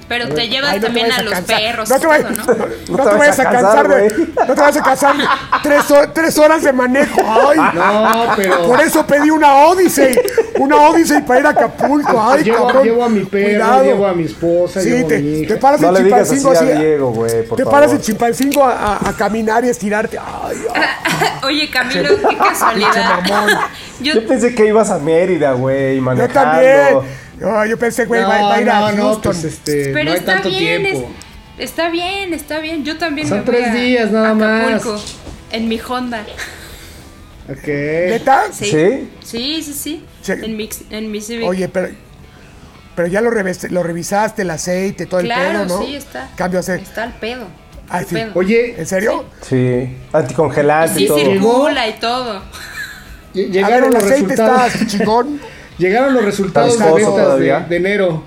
Speaker 4: Pero te llevas
Speaker 2: Ay, no te
Speaker 4: también
Speaker 2: vayas
Speaker 4: a los
Speaker 2: cansar.
Speaker 4: perros
Speaker 2: No
Speaker 4: y
Speaker 2: te, vayas-
Speaker 4: todo, ¿no?
Speaker 2: no- no te vayas a cansar, güey. No te vayas a cansar. Tres, ho- tres horas de manejo. Ay,
Speaker 3: Ah, No, pero...
Speaker 2: Por eso pedí una Odyssey. Una Odyssey para ir a Acapulco. Ay,
Speaker 3: Pues llevo,
Speaker 2: cabrón.
Speaker 3: llevo a mi perro,
Speaker 2: Cuidado.
Speaker 3: llevo a mi esposa,
Speaker 2: Sí,
Speaker 3: llevo a mi
Speaker 2: te,
Speaker 3: hija.
Speaker 2: te paras
Speaker 5: No
Speaker 2: en
Speaker 5: le digas así
Speaker 2: Chimpancingo
Speaker 5: a
Speaker 2: así. ah, eh,
Speaker 5: Diego, güey, por
Speaker 2: te
Speaker 5: favor.
Speaker 2: paras en Chimpancingo a, a- a caminar y a estirarte. Ay, ay,
Speaker 4: Oye, Camilo, qué casualidad. Yo,
Speaker 5: Yo pensé que ibas a Mérida, güey,
Speaker 2: yo
Speaker 5: manejando.
Speaker 2: también. Ay, yo pensé, güey,
Speaker 3: No,
Speaker 2: va, va a ir a
Speaker 3: no, no,
Speaker 2: Houston.
Speaker 3: pues, este,
Speaker 4: pero
Speaker 3: no hay
Speaker 4: está
Speaker 3: tanto
Speaker 4: bien,
Speaker 3: tiempo.
Speaker 4: es- está bien, está bien. Yo también
Speaker 3: Son
Speaker 4: me voy
Speaker 3: tres
Speaker 4: a-
Speaker 3: días nada
Speaker 4: a
Speaker 3: más.
Speaker 4: Acapulco, En mi Honda.
Speaker 3: Ok.
Speaker 2: ¿Neta?
Speaker 4: Sí.
Speaker 5: ¿Sí?
Speaker 4: Sí, sí, sí.
Speaker 2: Sí.
Speaker 4: En mi, en mi Civic.
Speaker 2: Oye, pero, pero ya lo, reves- lo revisaste, el aceite, todo
Speaker 4: claro,
Speaker 2: el pedo, ¿no?
Speaker 4: sí, está.
Speaker 2: Cambio aceite.
Speaker 4: Está al pedo.
Speaker 2: Ah,
Speaker 4: al
Speaker 2: sí.
Speaker 4: pedo.
Speaker 3: Oye,
Speaker 2: ¿En serio?
Speaker 5: Sí. Anticongelante y
Speaker 4: sí,
Speaker 5: todo.
Speaker 4: circula y todo.
Speaker 2: A
Speaker 3: ll-
Speaker 2: ver,
Speaker 3: llegaron
Speaker 2: el
Speaker 3: los
Speaker 2: aceite
Speaker 3: resultados.
Speaker 2: está chingón.
Speaker 3: Llegaron los resultados de
Speaker 5: Está
Speaker 3: ventas
Speaker 5: viscoso
Speaker 3: de,
Speaker 5: todavía.
Speaker 3: de enero.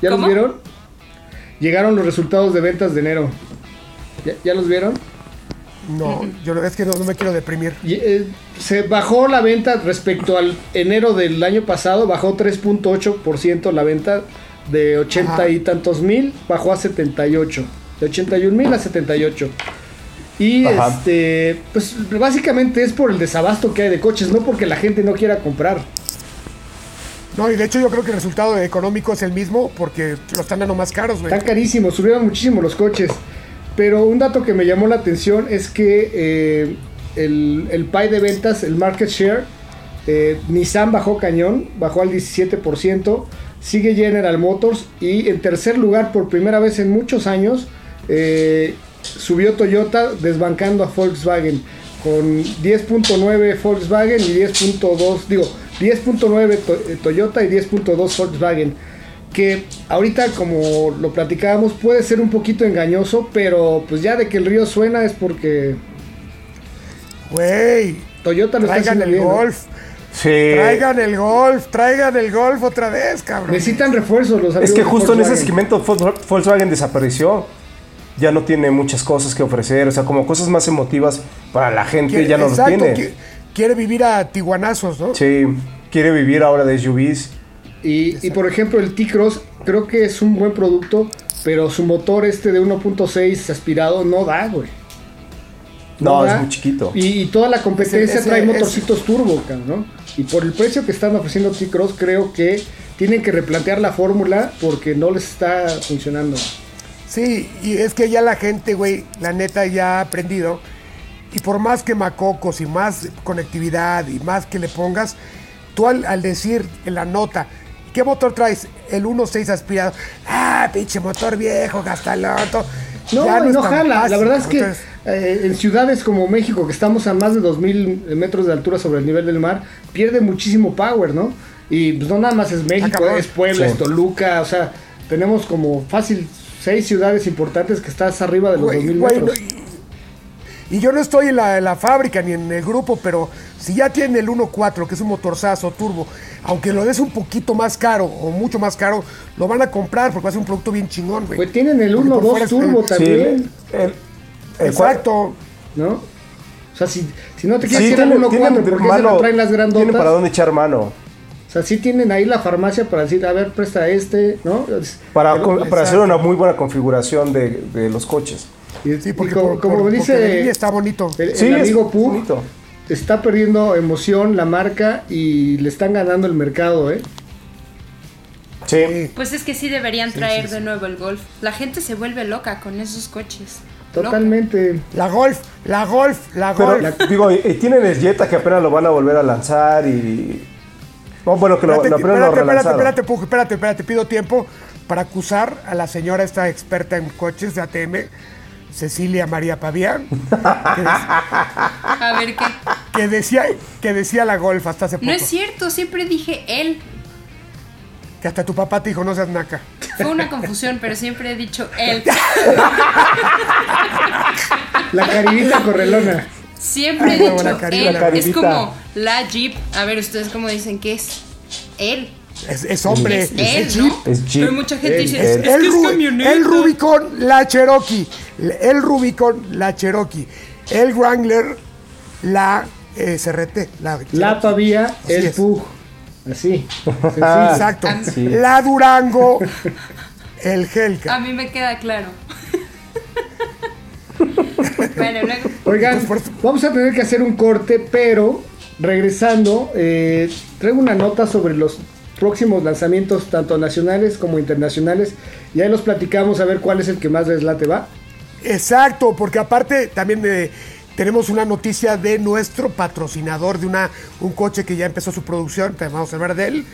Speaker 3: ¿Ya
Speaker 4: ¿Cómo?
Speaker 3: los vieron? Llegaron los resultados de ventas de enero. ¿Ya, ya los vieron?
Speaker 2: No, yo lo- es que no, no me quiero deprimir.
Speaker 3: Y, eh, se bajó la venta respecto al enero del año pasado, bajó 3.8% la venta de 80
Speaker 2: Ajá.
Speaker 3: y tantos mil, bajó a 78. De 81 mil a 78. Y
Speaker 5: Ajá.
Speaker 3: este, pues básicamente es por el desabasto que hay de coches, no porque la gente no quiera comprar.
Speaker 2: No, y de hecho yo creo que el resultado económico es el mismo porque los están dando más caros, güey.
Speaker 3: Están carísimos, subieron muchísimo los coches. Pero un dato que me llamó la atención es que eh, el, el pie de ventas, el market share, eh, Nissan bajó cañón, bajó al 17%, sigue General Motors y en tercer lugar, por primera vez en muchos años, eh, subió Toyota desbancando a Volkswagen con 10.9 Volkswagen y 10.2, digo, 10.9 To- eh, Toyota y 10.2 Volkswagen que ahorita como lo platicábamos puede ser un poquito engañoso, pero pues ya de que el río suena es porque
Speaker 2: Güey,
Speaker 3: Toyota lo está
Speaker 2: traigan
Speaker 3: haciendo
Speaker 2: el
Speaker 3: bien. ¿no?
Speaker 2: golf.
Speaker 5: Sí.
Speaker 2: Traigan el golf, traigan el golf otra vez, cabrón.
Speaker 3: Necesitan refuerzos los amigos
Speaker 5: Es que
Speaker 3: de
Speaker 5: justo en ese
Speaker 3: Volkswagen.
Speaker 5: segmento Vol- Volkswagen desapareció. Ya no tiene muchas cosas que ofrecer, o sea, como cosas más emotivas para la gente
Speaker 2: Quiere-
Speaker 5: ya no
Speaker 2: exacto,
Speaker 5: lo tiene.
Speaker 2: qui- Quiere vivir a tiguanazos, ¿no?
Speaker 5: Sí, quiere vivir ahora de SUVs.
Speaker 3: Y, y, por ejemplo el T-Cross creo que es un buen producto, pero su motor este de 1.6 aspirado no da, güey.
Speaker 5: No,
Speaker 3: da.
Speaker 5: es muy chiquito.
Speaker 3: Y, y toda la competencia
Speaker 2: Ese- ese-
Speaker 3: trae
Speaker 2: ese-
Speaker 3: motorcitos turbo, cabrón. ¿no? Y por el precio que están ofreciendo T-Cross creo que tienen que replantear la fórmula porque no les está funcionando.
Speaker 2: Sí, y es que ya la gente, güey, la neta ya ha aprendido. Y por más que macocos y más conectividad y más que le pongas, tú al, al decir en la nota, ¿qué motor traes? El 1.6 aspirado. Ah, pinche motor viejo, gastaloto.
Speaker 3: No,
Speaker 2: Ya
Speaker 3: y no
Speaker 2: es tan
Speaker 3: jala. la
Speaker 2: fácil,
Speaker 3: verdad es que
Speaker 2: entonces,
Speaker 3: eh, en ciudades como México, que estamos a más de 2.000 metros de altura sobre el nivel del mar, pierde muchísimo power, ¿no? Y pues no nada más es México,
Speaker 2: Ah, cabrón.
Speaker 3: es Puebla,
Speaker 5: Sí.
Speaker 3: es Toluca, o sea, tenemos como fácil seis ciudades importantes que estás arriba de los
Speaker 2: güey,
Speaker 3: 2.000
Speaker 2: güey,
Speaker 3: metros.
Speaker 2: no, y, y yo no estoy en la, en la fábrica ni en el grupo, pero si ya tienen el 1.4, que es un motorzazo turbo, aunque lo des un poquito más caro o mucho más caro, lo van a comprar porque va a ser un producto bien chingón, güey.
Speaker 3: Pues tienen el
Speaker 2: Porque por
Speaker 3: 1.2
Speaker 2: fuera es-
Speaker 3: turbo
Speaker 2: sí,
Speaker 5: Sí, el,
Speaker 3: también,
Speaker 5: el- el cual-
Speaker 2: Exacto.
Speaker 3: ¿no? O sea, si, si no te
Speaker 5: Sí,
Speaker 3: quieres ir al
Speaker 5: tienen-
Speaker 3: 1.4,
Speaker 5: tienen
Speaker 3: porque se
Speaker 5: mano-
Speaker 3: lo traen las
Speaker 5: Tienen para
Speaker 3: grandotas?
Speaker 5: dónde echar mano.
Speaker 3: O sea, sí tienen ahí la farmacia para decir, a ver, presta este, ¿no? Es-
Speaker 5: Para,
Speaker 3: pero-
Speaker 5: co- para hacer
Speaker 3: Exacto.
Speaker 5: una muy buena configuración de, de los coches.
Speaker 3: Y-
Speaker 2: Sí,
Speaker 3: y
Speaker 2: porque
Speaker 3: como,
Speaker 2: por-
Speaker 3: como
Speaker 2: por-
Speaker 3: dice
Speaker 2: porque de línea está bonito.
Speaker 3: el, el
Speaker 5: Sí, es
Speaker 3: amigo Pug,
Speaker 5: bonito.
Speaker 3: está perdiendo emoción la marca y le están ganando el mercado, ¿eh?
Speaker 5: Sí.
Speaker 4: Pues es que sí deberían traer de nuevo el golf. La gente se vuelve loca con esos coches. Loca.
Speaker 3: Totalmente.
Speaker 2: La golf, la golf, la
Speaker 5: Pero
Speaker 2: golf.
Speaker 5: digo, y- y tienen el Jetta que apenas lo van a volver a lanzar y. No, bueno, que lo,
Speaker 2: Espérate,
Speaker 5: lo apenas
Speaker 2: espérate,
Speaker 5: lo
Speaker 2: espérate,
Speaker 5: relanzaron.
Speaker 2: espérate, Pujo, espérate, espérate, pido tiempo para acusar a la señora esta experta en coches de ATM, Cecilia María Pavía,
Speaker 4: A ver qué.
Speaker 2: que decía, que decía la golf hasta hace poco.
Speaker 4: No es cierto, siempre dije él.
Speaker 2: Que hasta tu papá te dijo, no seas naca.
Speaker 4: Fue una confusión, pero siempre he dicho él.
Speaker 3: La caribita correlona.
Speaker 4: Siempre he
Speaker 2: Ah,
Speaker 4: dicho
Speaker 2: la carita,
Speaker 4: él.
Speaker 5: la
Speaker 4: Es
Speaker 5: caritita.
Speaker 4: como la Jeep. A ver, ustedes cómo dicen que es él.
Speaker 2: Es, es hombre,
Speaker 4: Es
Speaker 2: es,
Speaker 4: él,
Speaker 2: Jeep.
Speaker 4: ¿no?
Speaker 5: es Jeep.
Speaker 4: Pero mucha gente
Speaker 5: Él,
Speaker 4: dice,
Speaker 5: él.
Speaker 4: es, es que
Speaker 2: el,
Speaker 4: es
Speaker 2: Ru-
Speaker 4: camioneta.
Speaker 2: el Rubicon, la Cherokee. El Rubicon, la Cherokee. El Wrangler, la eh, SRT. La,
Speaker 3: La pavía,
Speaker 2: Así
Speaker 3: el
Speaker 2: es.
Speaker 3: pug. Así.
Speaker 5: Ah,
Speaker 3: Sencillo.
Speaker 2: Exacto.
Speaker 5: Sí.
Speaker 2: La Durango, el Hellcat.
Speaker 4: A mí me queda claro. bueno, luego.
Speaker 3: Oigan,
Speaker 2: Pues por-
Speaker 3: vamos a tener que hacer un corte, pero regresando, eh, traigo una nota sobre los próximos lanzamientos, tanto nacionales como internacionales. Ya los platicamos a ver cuál es el que más les late, ¿va?
Speaker 2: Exacto, porque aparte también eh, tenemos una noticia de nuestro patrocinador de una, un coche que ya empezó su producción. Te vamos a hablar de él.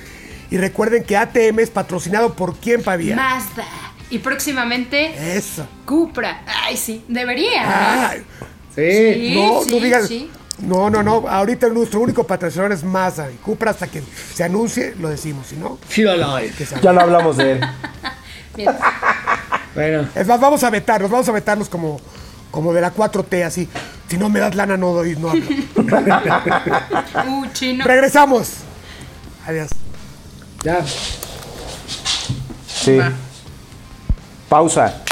Speaker 2: Y recuerden que ATM es patrocinado por quién, Pavía.
Speaker 4: Mazda. Y próximamente,
Speaker 2: Eso.
Speaker 4: Cupra. Ay, sí, debería.
Speaker 2: Ah,
Speaker 3: Sí.
Speaker 2: no,
Speaker 4: Sí,
Speaker 2: no digas.
Speaker 4: sí.
Speaker 2: No, no, no. Ahorita nuestro único patrocinador es Mazda. Y Cupra, hasta que se anuncie, lo decimos. Si no,
Speaker 3: Fuel Oil.
Speaker 2: que sea.
Speaker 5: Ya no hablamos de él.
Speaker 4: Bien.
Speaker 3: Bueno,
Speaker 2: Es más, vamos a vetarnos, vamos a vetarnos como, como de la 4T, así. Si no me das lana, no doy, no hablo.
Speaker 4: Uh, chino.
Speaker 2: Regresamos. Adiós.
Speaker 3: ya.
Speaker 5: Sí. Pausa.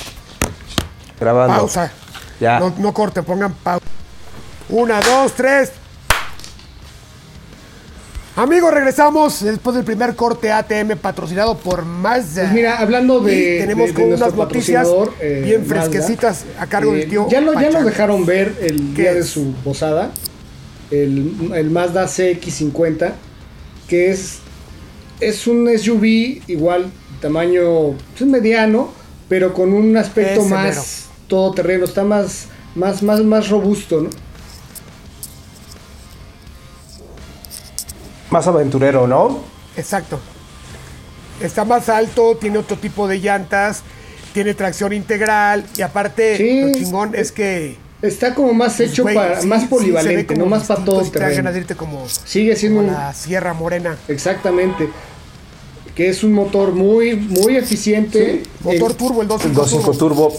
Speaker 5: Grabando.
Speaker 2: Pausa.
Speaker 5: Ya.
Speaker 2: No, no corten, pongan pausa. Una, dos, tres. Amigos, regresamos después del primer corte ATM patrocinado por Mazda.
Speaker 3: Pues mira, hablando de.
Speaker 2: Y tenemos
Speaker 3: de- de
Speaker 2: con unas
Speaker 3: nuestro
Speaker 2: noticias
Speaker 3: patrocinador, eh,
Speaker 2: bien
Speaker 3: Mazda,
Speaker 2: fresquecitas a cargo
Speaker 3: eh,
Speaker 2: del tío.
Speaker 3: Ya lo, ya lo
Speaker 2: Pachanga.
Speaker 3: dejaron ver el
Speaker 2: ¿Qué
Speaker 3: día de
Speaker 2: es?
Speaker 3: su posada, el, el Mazda CX50, que es, es un SUV igual, tamaño pues, mediano, pero con un aspecto
Speaker 2: Ese
Speaker 3: más
Speaker 2: mero.
Speaker 3: todoterreno, está más, más, más, más robusto, ¿no?
Speaker 5: Más aventurero, ¿no?
Speaker 2: Exacto. Está más alto, tiene otro tipo de llantas, tiene tracción integral y aparte
Speaker 3: Sí.
Speaker 2: lo chingón es que
Speaker 3: Está como más hecho
Speaker 2: Pues, güey,
Speaker 3: para,
Speaker 2: sí-
Speaker 3: más
Speaker 2: sí se ve
Speaker 3: polivalente,
Speaker 2: como
Speaker 3: no más para
Speaker 2: distinto
Speaker 3: todo
Speaker 2: y Te dan ganas de
Speaker 3: terreno.
Speaker 2: irte como,
Speaker 3: Sigue siendo
Speaker 2: como
Speaker 3: un-
Speaker 2: la Sierra Morena.
Speaker 3: Exactamente. Que es un motor muy, muy eficiente.
Speaker 2: Motor
Speaker 3: Eh,
Speaker 2: turbo, el 2.5
Speaker 5: 2.5
Speaker 2: turbo.
Speaker 5: turbo.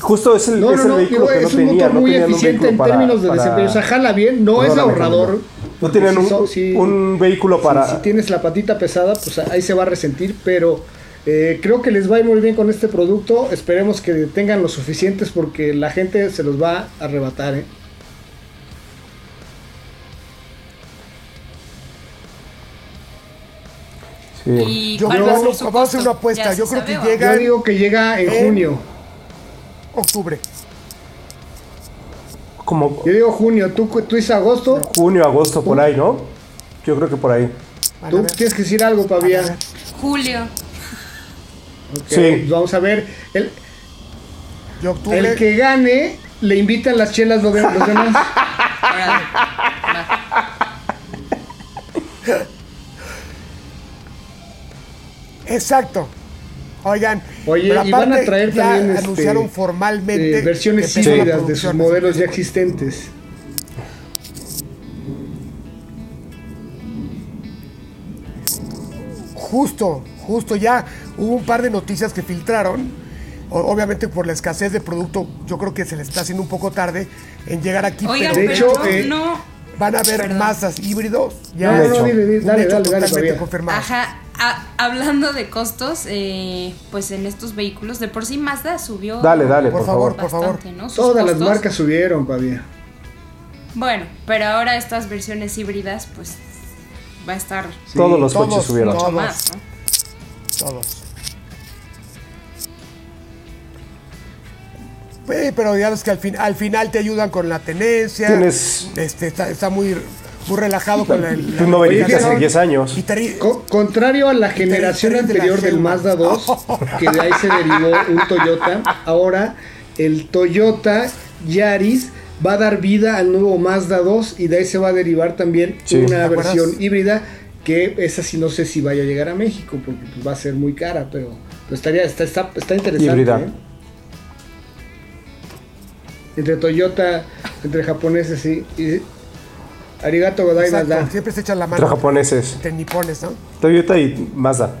Speaker 5: Justo es el,
Speaker 3: No,
Speaker 5: es
Speaker 3: no,
Speaker 5: el
Speaker 3: no,
Speaker 5: vehículo
Speaker 3: digo,
Speaker 5: que no
Speaker 3: es un
Speaker 5: tenía.
Speaker 3: motor
Speaker 5: No
Speaker 3: muy
Speaker 5: tenían un
Speaker 3: eficiente
Speaker 5: vehículo
Speaker 3: en
Speaker 5: para-
Speaker 3: términos de
Speaker 5: para-
Speaker 3: desempeño. O sea, jala bien, no es
Speaker 5: Perdóname,
Speaker 3: ahorrador.
Speaker 5: Camilo. No
Speaker 3: porque
Speaker 5: tienen
Speaker 3: si
Speaker 5: un,
Speaker 3: so- si-
Speaker 5: un vehículo para.
Speaker 3: Si, si tienes la patita pesada, pues ahí se va a resentir, pero eh, creo que les va a ir muy bien con este producto. Esperemos que tengan los suficientes porque la gente se los va a arrebatar. ¿eh?
Speaker 5: Sí.
Speaker 4: ¿Y
Speaker 2: Yo
Speaker 4: cuál
Speaker 2: creo-
Speaker 4: va a ser
Speaker 2: vamos
Speaker 4: su
Speaker 2: a
Speaker 4: costo?
Speaker 2: hacer una apuesta,
Speaker 4: ¿Ya se
Speaker 2: yo creo que
Speaker 4: sabe o-
Speaker 2: llega-
Speaker 3: Yo digo que llega en
Speaker 2: Eh.
Speaker 3: junio.
Speaker 2: Octubre.
Speaker 5: Como
Speaker 3: Yo digo junio, tú, tú dices agosto,
Speaker 5: junio, agosto, por ahí, ¿no? Yo creo que por ahí.
Speaker 2: Van a
Speaker 3: tú
Speaker 2: ver.
Speaker 3: tienes que decir algo, Pavía.
Speaker 2: Van a ver.
Speaker 4: Julio.
Speaker 3: Ok,
Speaker 5: Sí.
Speaker 3: Vamos a ver. El,
Speaker 2: Y octubre.
Speaker 3: el que gane le invitan las chelas los, de- los demás.
Speaker 4: Órale.
Speaker 2: Exacto. Oigan,
Speaker 3: Oye,
Speaker 2: pero
Speaker 3: y van a
Speaker 2: aparte
Speaker 3: traer
Speaker 2: ya
Speaker 3: también, este,
Speaker 2: anunciaron formalmente
Speaker 3: Eh, versiones
Speaker 2: que empiezan
Speaker 3: híbridas
Speaker 2: las
Speaker 3: de sus
Speaker 2: producciones.
Speaker 3: modelos ya existentes.
Speaker 2: Justo, justo ya hubo un par de noticias que filtraron. O- Obviamente por la escasez de producto, yo creo que se le está haciendo un poco tarde en llegar aquí,
Speaker 4: Oigan,
Speaker 2: pero
Speaker 4: pero,
Speaker 3: de hecho,
Speaker 4: no,
Speaker 3: eh,
Speaker 4: no.
Speaker 2: van a haber
Speaker 4: Perdón.
Speaker 2: masas híbridos.
Speaker 3: No,
Speaker 2: Ya
Speaker 5: no, no,
Speaker 3: dile, dile,
Speaker 2: un
Speaker 3: dale,
Speaker 2: hecho
Speaker 3: dale, dale,
Speaker 2: totalmente
Speaker 3: todavía.
Speaker 2: confirmado.
Speaker 4: Ajá, a- hablando de costos, eh, pues en estos vehículos, de por sí Mazda subió
Speaker 5: Dale, dale,
Speaker 2: Por
Speaker 5: por,
Speaker 2: favor.
Speaker 5: favor.
Speaker 4: bastante, ¿no? Sus
Speaker 3: Todas las
Speaker 4: costos.
Speaker 3: marcas subieron, Pavía.
Speaker 4: Bueno, pero ahora estas versiones híbridas, pues va a estar mucho
Speaker 5: Todos los
Speaker 2: todos,
Speaker 5: coches subieron.
Speaker 2: todos.
Speaker 4: más, ¿no?
Speaker 2: Todos. Eh, pero digamos que al, fin, al final te ayudan con la tenencia.
Speaker 5: Tienes-
Speaker 2: Este, está, está muy, muy relajado con la. la-
Speaker 5: Tú no venías
Speaker 3: Oye,
Speaker 5: hace
Speaker 3: ¿no?
Speaker 5: 10 años.
Speaker 2: Y te ri-
Speaker 3: Co- contrario a la generación
Speaker 2: Interesante
Speaker 3: anterior
Speaker 2: la
Speaker 3: del
Speaker 2: gema.
Speaker 3: Mazda 2, que de ahí se derivó un Toyota, ahora el Toyota Yaris va a dar vida al nuevo Mazda 2 y de ahí se va a derivar también
Speaker 5: Sí. ¿Te
Speaker 3: una
Speaker 2: acuerdas?
Speaker 3: versión híbrida que esa sí no sé si vaya a llegar a México porque pues, va a ser muy cara, pero, pero estaría está, está, está interesante.
Speaker 5: Híbrida.
Speaker 3: ¿eh? Entre Toyota, entre japoneses sí, y Arigato
Speaker 2: Exacto,
Speaker 3: gozaimasu.
Speaker 2: siempre se echan la
Speaker 5: Entre
Speaker 2: mano.
Speaker 5: japoneses.
Speaker 2: Te nipones, ¿no?
Speaker 5: Toyota y Mazda.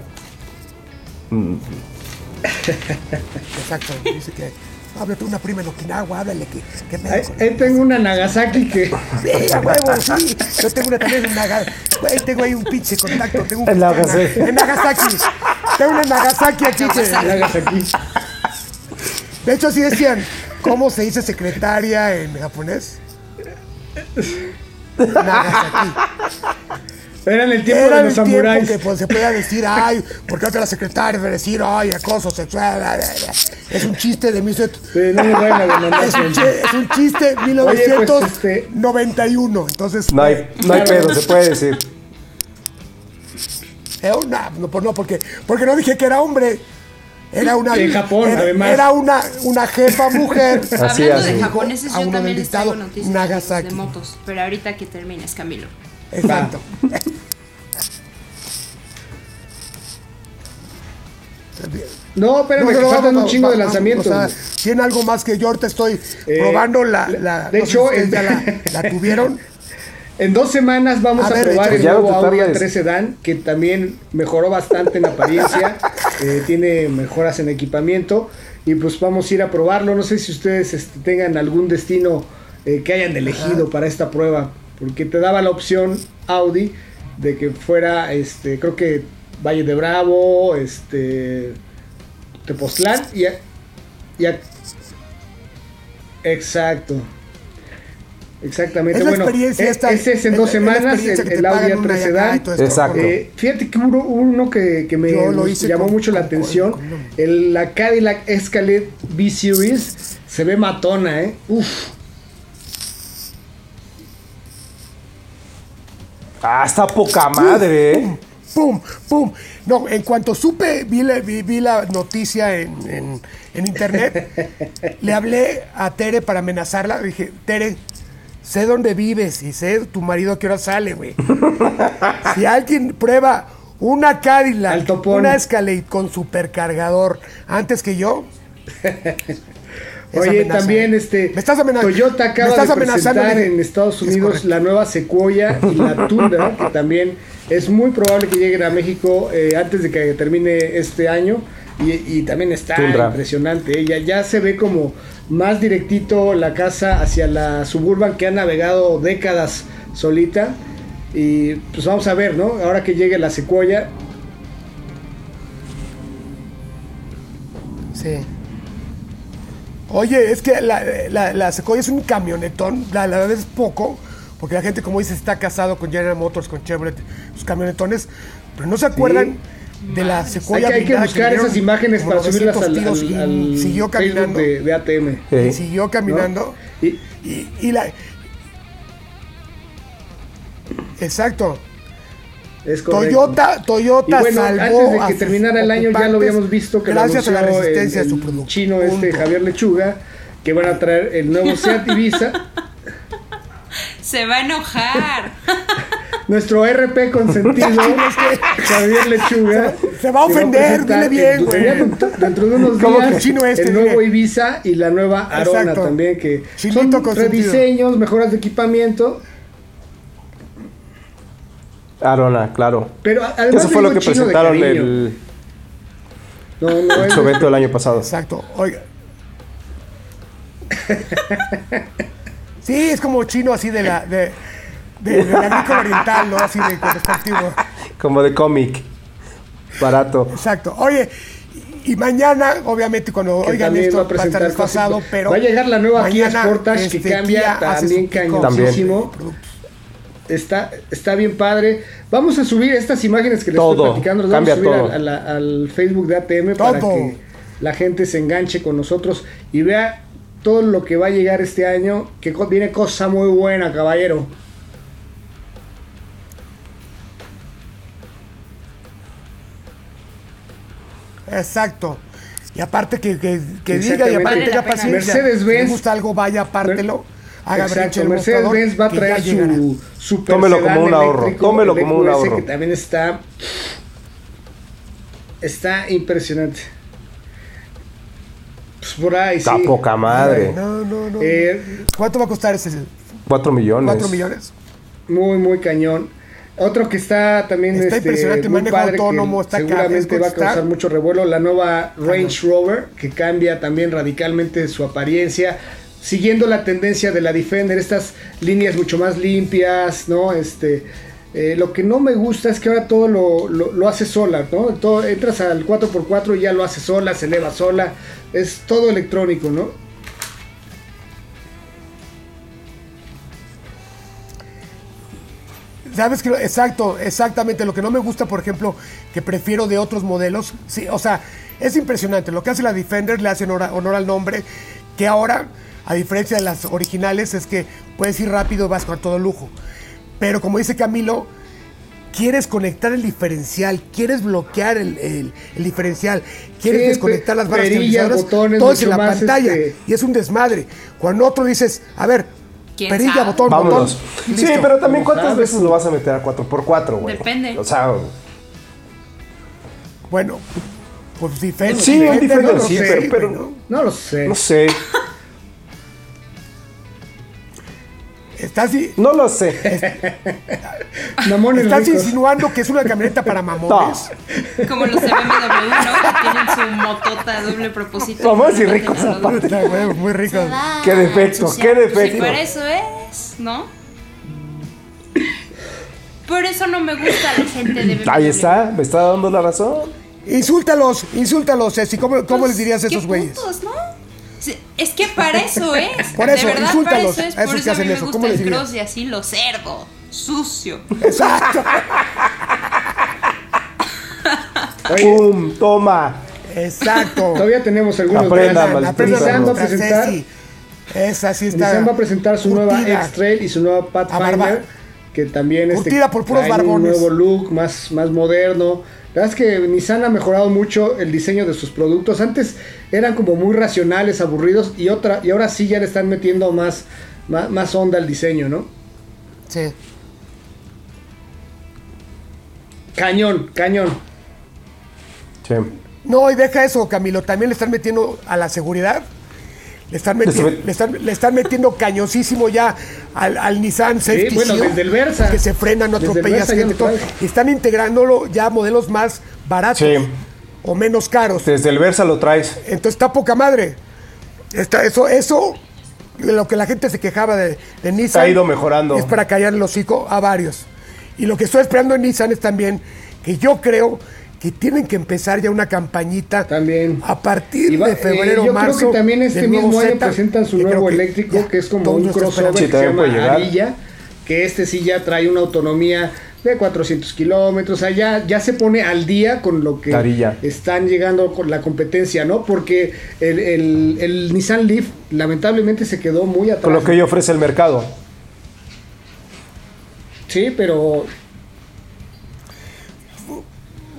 Speaker 2: Exacto. Dice que. Háblate una prima en Okinawa, háblale que, que me.
Speaker 3: Ahí, ahí tengo una Nagasaki que
Speaker 2: Sí, a huevo, sí. Yo tengo una también en Nagasaki. Güey, tengo ahí un pinche contacto. Tengo un
Speaker 5: En Nagasaki.
Speaker 2: En Nagasaki. Tengo una en Nagasaki aquí. que-
Speaker 3: Nagasaki.
Speaker 2: de hecho, así decían. ¿Cómo se dice secretaria en japonés? Nagasaki.
Speaker 3: Era en el tiempo
Speaker 2: Era
Speaker 3: de
Speaker 2: el
Speaker 3: los
Speaker 2: tiempo
Speaker 3: samuráis.
Speaker 2: que pues, se podía decir, ay, porque otra secretaria va a decir, ay, acoso sexual. ay, ay, ay". Es un chiste de 1900.
Speaker 3: Sí, no me vayan a demandar.
Speaker 2: Es un,
Speaker 3: gente.
Speaker 2: chi- es un chiste
Speaker 3: Oye, pues, este,
Speaker 2: 1991. Entonces,
Speaker 5: No hay, no hay pedo, se puede decir.
Speaker 2: Era eh, una, no, por- no, porque, porque no dije que era hombre. Era una.
Speaker 3: En Japón,
Speaker 2: era,
Speaker 3: además.
Speaker 2: Era una, una jefa mujer.
Speaker 5: Así,
Speaker 4: Hablando
Speaker 5: así.
Speaker 4: de japoneses,
Speaker 2: A
Speaker 4: yo
Speaker 2: uno
Speaker 4: también
Speaker 2: del
Speaker 4: les traigo
Speaker 2: dictado
Speaker 4: noticias de-
Speaker 2: Nagasaki.
Speaker 4: de motos. Pero ahorita que termines, Camilo.
Speaker 2: Exacto.
Speaker 3: No, espérame, que faltan un chingo de
Speaker 2: vamos,
Speaker 3: lanzamientos.
Speaker 2: o sea, Tiene algo más que yo ahorita estoy
Speaker 3: Eh,
Speaker 2: probando la. la-
Speaker 3: de
Speaker 2: no sé
Speaker 3: hecho,
Speaker 2: si ustedes ya
Speaker 3: el-
Speaker 2: la, la tuvieron.
Speaker 3: en dos semanas vamos
Speaker 2: A
Speaker 3: a,
Speaker 2: ver,
Speaker 3: probar
Speaker 2: échale.
Speaker 3: el
Speaker 5: pues Ya
Speaker 3: nuevo
Speaker 5: no te
Speaker 3: Audi
Speaker 5: tardes.
Speaker 3: A3 Sedan, que también mejoró bastante en apariencia, eh, tiene mejoras en equipamiento, y pues vamos a ir a probarlo. No sé si ustedes este, tengan algún destino eh, que hayan elegido para esta prueba, porque te daba la opción Audi de que fuera, este, creo que Valle de Bravo, este, Tepoztlán y, a- y a- exacto. Exactamente.
Speaker 2: Es la
Speaker 3: bueno,
Speaker 2: experiencia
Speaker 3: e-
Speaker 2: esta.
Speaker 3: ese es en
Speaker 2: es-
Speaker 3: dos
Speaker 2: es la
Speaker 3: semanas,
Speaker 2: experiencia
Speaker 3: el,
Speaker 2: que te
Speaker 3: el Audi
Speaker 2: pagan una
Speaker 3: A3
Speaker 2: y acá y
Speaker 3: Sedan.
Speaker 2: todo esto.
Speaker 5: Exacto.
Speaker 3: Eh, fíjate que hubo uno que, que me
Speaker 2: Yo lo hice
Speaker 3: llamó
Speaker 2: con-
Speaker 3: mucho la
Speaker 2: con-
Speaker 3: atención,
Speaker 2: con- con-
Speaker 3: el, la Cadillac Escalade B-Series, se ve matona, ¿eh? Uf,
Speaker 5: Ah, está poca madre, ¿eh?
Speaker 2: ¡Pum! ¡Pum! No, en cuanto supe, vi la, vi, vi la noticia en, en- en internet, le hablé a Tere para amenazarla. Le Dije, Tere, sé dónde vives y sé tu marido a qué hora sale, güey. si alguien prueba una
Speaker 3: Al
Speaker 2: Cadillac,
Speaker 3: topón.
Speaker 2: una Escalade con supercargador antes que yo... es
Speaker 3: Oye,
Speaker 2: amenaza. ¿eh?
Speaker 3: también este
Speaker 2: Me estás amenazando.
Speaker 3: Toyota acaba
Speaker 2: me estás
Speaker 3: de
Speaker 2: amenazando,
Speaker 3: presentar
Speaker 2: dije,
Speaker 3: en Estados
Speaker 2: es
Speaker 3: Unidos
Speaker 2: correcto.
Speaker 3: la nueva Sequoia y la Tundra, que también es muy probable que lleguen a México eh, antes de que termine este año. Y, y también está
Speaker 5: Tundra.
Speaker 3: impresionante. ¿eh? Ya, ya se ve como más directito la casa hacia la suburban que ha navegado décadas solita. Y pues vamos a ver, ¿no? Ahora que llegue la Sequoia,
Speaker 2: Sí. Oye, es que la, la, la Sequoia es un camionetón, la, la verdad es poco, porque la gente, como dice, está casado con General Motors, con Chevrolet, sus camionetones, pero no se acuerdan de la Sequoia.
Speaker 3: hay, que-
Speaker 2: blindada
Speaker 3: hay que buscar
Speaker 2: le dieron
Speaker 3: esas imágenes
Speaker 2: como
Speaker 3: para subirlas
Speaker 2: 900
Speaker 3: al,
Speaker 2: tiros
Speaker 3: al-
Speaker 2: y
Speaker 3: al
Speaker 2: siguió
Speaker 3: Facebook
Speaker 2: caminando.
Speaker 3: de, de ATM.
Speaker 2: y
Speaker 5: Sí.
Speaker 2: siguió caminando.
Speaker 3: ¿no? Y-
Speaker 2: Y, y la. Exacto.
Speaker 3: Es correcto.
Speaker 2: Toyota, Toyota
Speaker 3: Y bueno,
Speaker 2: salvó
Speaker 3: antes de
Speaker 2: a
Speaker 3: que
Speaker 2: sus
Speaker 3: terminara el año ya lo
Speaker 2: ocupantes
Speaker 3: habíamos visto que lo
Speaker 2: gracias a la
Speaker 3: anunció
Speaker 2: resistencia
Speaker 3: el-
Speaker 2: de su
Speaker 3: el
Speaker 2: producto.
Speaker 3: chino este
Speaker 2: Punto.
Speaker 3: Javier Lechuga que van a traer el nuevo Seat Ibiza,
Speaker 4: Se va a enojar.
Speaker 3: nuestro RP consentido Javier Lechuga.
Speaker 2: se va a
Speaker 3: que
Speaker 2: ofender,
Speaker 3: presentar
Speaker 2: dile bien,
Speaker 3: en-
Speaker 2: güey.
Speaker 3: dentro, dentro de unos
Speaker 2: Como
Speaker 3: días
Speaker 2: que chino este,
Speaker 3: el nuevo
Speaker 2: dile.
Speaker 3: Ibiza y la nueva Arona
Speaker 2: Exacto.
Speaker 3: también que
Speaker 2: Chinito
Speaker 3: son
Speaker 2: consentido.
Speaker 3: rediseños, mejoras de equipamiento,
Speaker 5: Arona, claro.
Speaker 3: pero a- además
Speaker 5: Eso fue
Speaker 3: le
Speaker 5: lo
Speaker 3: digo
Speaker 5: que
Speaker 3: chino de
Speaker 5: presentaron
Speaker 3: cariño.
Speaker 5: el,
Speaker 3: no, no,
Speaker 5: en
Speaker 3: es-
Speaker 5: su evento del año pasado.
Speaker 2: Exacto. Oiga. Sí, es como chino así de la de, de, de la micro oriental, ¿no? Así de con respectivo.
Speaker 5: Como de cómic. Barato.
Speaker 2: Exacto. Oye, y y mañana, obviamente, cuando
Speaker 3: que
Speaker 2: oigan
Speaker 3: también
Speaker 2: esto,
Speaker 3: va
Speaker 2: va a estar
Speaker 3: presentar cosas.
Speaker 2: desfasado, pero.
Speaker 3: va a llegar la nueva Kia
Speaker 2: mañana,
Speaker 3: Sportage que
Speaker 2: este, Kia
Speaker 3: cambia
Speaker 2: hace
Speaker 3: también
Speaker 2: su pick-up.
Speaker 3: cañoncísimo está, está bien padre. Vamos a subir estas imágenes que les
Speaker 5: Todo,
Speaker 3: estoy platicando, las vamos
Speaker 5: cambia
Speaker 3: a subir
Speaker 5: todo.
Speaker 3: al- a la- al Facebook de ATM para
Speaker 2: Todo.
Speaker 3: que la gente se enganche con nosotros y vea todo lo que va a llegar este año, que co- viene cosa muy buena, caballero.
Speaker 2: Exacto. Y aparte que, que- que diga y
Speaker 3: Exactamente.
Speaker 2: aparte
Speaker 4: Vale
Speaker 2: tenga
Speaker 4: la pena.
Speaker 2: paciencia.
Speaker 3: Mercedes-Benz-
Speaker 2: Si le gusta algo, vaya, apártelo. Haga brecha
Speaker 3: Exacto,
Speaker 2: el
Speaker 3: Mercedes
Speaker 2: mostrador,
Speaker 3: Benz va a
Speaker 2: que ya
Speaker 3: traer
Speaker 2: llegará.
Speaker 3: su super
Speaker 5: Tómelo
Speaker 3: sedán
Speaker 5: como un ahorro,
Speaker 3: eléctrico,
Speaker 5: tómelo
Speaker 3: el
Speaker 5: como un
Speaker 3: EQS,
Speaker 5: ahorro.
Speaker 3: que también está está impresionante. Pues por ahí
Speaker 5: Está
Speaker 3: sí.
Speaker 5: poca madre.
Speaker 2: No, no, no.
Speaker 3: Eh,
Speaker 2: ¿Cuánto va a costar ese?
Speaker 5: 4 millones.
Speaker 2: ¿Cuatro millones?
Speaker 3: muy muy cañón. Otro que está también
Speaker 2: Está
Speaker 3: este,
Speaker 2: impresionante,
Speaker 3: muy
Speaker 2: manejo
Speaker 3: padre, que
Speaker 2: autónomo, está caro,
Speaker 3: seguramente
Speaker 2: es
Speaker 3: va a
Speaker 2: coche, está- Ah,
Speaker 3: causar mucho revuelo, la nueva Range Rover que cambia también radicalmente su apariencia, siguiendo la tendencia de la Defender, estas líneas mucho más limpias, ¿no? Este eh, lo que no me gusta es que ahora todo lo, lo- lo hace sola, ¿no? Todo, entras al 4x4 y ya lo hace sola, se eleva sola, es todo electrónico, ¿no?
Speaker 2: ¿Sabes que Exacto, exactamente. Lo que no me gusta, por ejemplo, que prefiero de otros modelos. Sí, o sea, es impresionante. Lo que hace la Defender le hace honor, a- honor al nombre. Que ahora, a diferencia de las originales, es que puedes ir rápido y vas con todo lujo. Pero como dice Camilo, quieres conectar el diferencial, quieres bloquear el, el- el diferencial, quieres
Speaker 3: Sí,
Speaker 2: desconectar
Speaker 3: pe-
Speaker 2: las barras
Speaker 3: perillas,
Speaker 2: estabilizadoras,
Speaker 3: botones,
Speaker 2: todo es en
Speaker 3: mucho
Speaker 2: la
Speaker 3: más,
Speaker 2: pantalla.
Speaker 3: este-
Speaker 2: Y es un desmadre. Cuando otro dices, a ver,
Speaker 4: ¿Quién
Speaker 2: perilla,
Speaker 4: sabe?
Speaker 2: botón,
Speaker 5: Vámonos.
Speaker 2: botón.
Speaker 5: Sí,
Speaker 2: listo.
Speaker 5: pero también cuántas
Speaker 3: sabes.
Speaker 5: veces lo vas a meter a 4x4, güey.
Speaker 4: Depende.
Speaker 5: O sea,
Speaker 2: Bueno, pues diferente.
Speaker 5: Sí, un diferente, sí,
Speaker 2: sé,
Speaker 5: pero-
Speaker 2: güey,
Speaker 5: pero-
Speaker 2: ¿no?
Speaker 3: No lo sé.
Speaker 5: no sé.
Speaker 2: Está así.
Speaker 5: No lo sé.
Speaker 3: Mamones
Speaker 2: Estás
Speaker 3: ricos.
Speaker 2: insinuando que es una camioneta para mamones.
Speaker 4: Como los de BMW, ¿no? Que tienen su motota de doble propósito.
Speaker 5: Vamos y ricos
Speaker 4: Pues
Speaker 5: aparte.
Speaker 2: Está, güey, muy rico. Ah,
Speaker 5: Qué defecto, qué
Speaker 4: Y
Speaker 5: defecto.
Speaker 4: Pues por eso es, ¿no? Por eso no me gusta la gente de BMW.
Speaker 5: Ahí está, me está dando la razón.
Speaker 2: Insúltalos, insúltalos, Ceci. ¿Cómo, cómo les dirías a
Speaker 4: ¿Qué
Speaker 2: esos güeyes?
Speaker 4: putos, ¿no? Sí, Es que para eso es.
Speaker 2: Por eso,
Speaker 4: de verdad,
Speaker 2: insúltalos,
Speaker 4: para eso es.
Speaker 2: a esos
Speaker 4: Por
Speaker 2: que
Speaker 4: eso a mí
Speaker 2: hacen
Speaker 4: me
Speaker 2: eso, ¿cómo
Speaker 4: gusta
Speaker 2: les
Speaker 4: el
Speaker 2: dirías?
Speaker 4: cross y así lo cerdo. Sucio.
Speaker 2: Exacto.
Speaker 5: ¡Pum! Toma.
Speaker 2: Exacto.
Speaker 3: Todavía tenemos algunos
Speaker 5: Aprendan,
Speaker 3: más.
Speaker 5: malditos
Speaker 2: Aprendan
Speaker 5: Nissan
Speaker 3: Nissan va a
Speaker 5: perros.
Speaker 2: nuestra
Speaker 3: presentar,
Speaker 2: Ceci. Esa sí está.
Speaker 3: Nissan va a presentar su nueva
Speaker 2: curtida.
Speaker 3: X-Trail y su nueva
Speaker 2: barba-
Speaker 3: Pathfinder, que también es
Speaker 2: Curtida por puros
Speaker 3: un
Speaker 2: barbones.
Speaker 3: nuevo look más, más moderno. La verdad es que Nissan ha mejorado mucho el diseño de sus productos. Antes eran como muy racionales, aburridos y otra y ahora sí ya le están metiendo más más, más onda al diseño, ¿no?
Speaker 2: Sí.
Speaker 3: Cañón, cañón.
Speaker 5: Che.
Speaker 2: No, y deja eso, Camilo. También le están metiendo a la seguridad. Le están, meti-
Speaker 5: Eso me-
Speaker 2: le están, le están metiendo cañoncísimo ya al, al Nissan Safety
Speaker 3: bueno,
Speaker 2: Shield,
Speaker 3: desde el Versa.
Speaker 2: Que se frena, no
Speaker 3: Desde el
Speaker 2: atropellas
Speaker 3: Versa ya
Speaker 2: gente.
Speaker 3: lo
Speaker 2: todo.
Speaker 3: trae.
Speaker 2: Y están integrándolo ya a modelos más baratos
Speaker 5: Sí.
Speaker 2: o menos caros.
Speaker 5: Desde el Versa lo traes.
Speaker 2: Entonces está poca madre. Está, eso, eso, de lo que la gente se quejaba de, de Nissan.
Speaker 5: Ha ido mejorando.
Speaker 2: Es para callar el hocico a varios. Y lo que estoy esperando en Nissan es también que yo creo que tienen que empezar ya una campañita.
Speaker 3: También.
Speaker 2: A partir
Speaker 3: Y va-
Speaker 2: de febrero,
Speaker 3: eh, yo
Speaker 2: marzo.
Speaker 3: creo que también este
Speaker 2: del nuevo
Speaker 3: mismo año
Speaker 2: Zeta,
Speaker 3: presentan su
Speaker 2: que
Speaker 3: nuevo
Speaker 2: creo que
Speaker 3: eléctrico,
Speaker 2: ya
Speaker 3: que es como
Speaker 2: todo
Speaker 3: un
Speaker 2: lo está
Speaker 3: crossover
Speaker 2: esperando.
Speaker 5: Sí,
Speaker 3: que se
Speaker 5: también puede
Speaker 3: llama
Speaker 5: llegar.
Speaker 3: Arilla, que este sí ya trae una autonomía de 400 kilómetros, o sea, ya, ya se pone al día con lo que
Speaker 5: Arilla.
Speaker 3: están llegando con la competencia, ¿no? Porque el, el- el Nissan Leaf lamentablemente se quedó muy atrás.
Speaker 5: Con lo que hoy ofrece el mercado.
Speaker 3: Sí, pero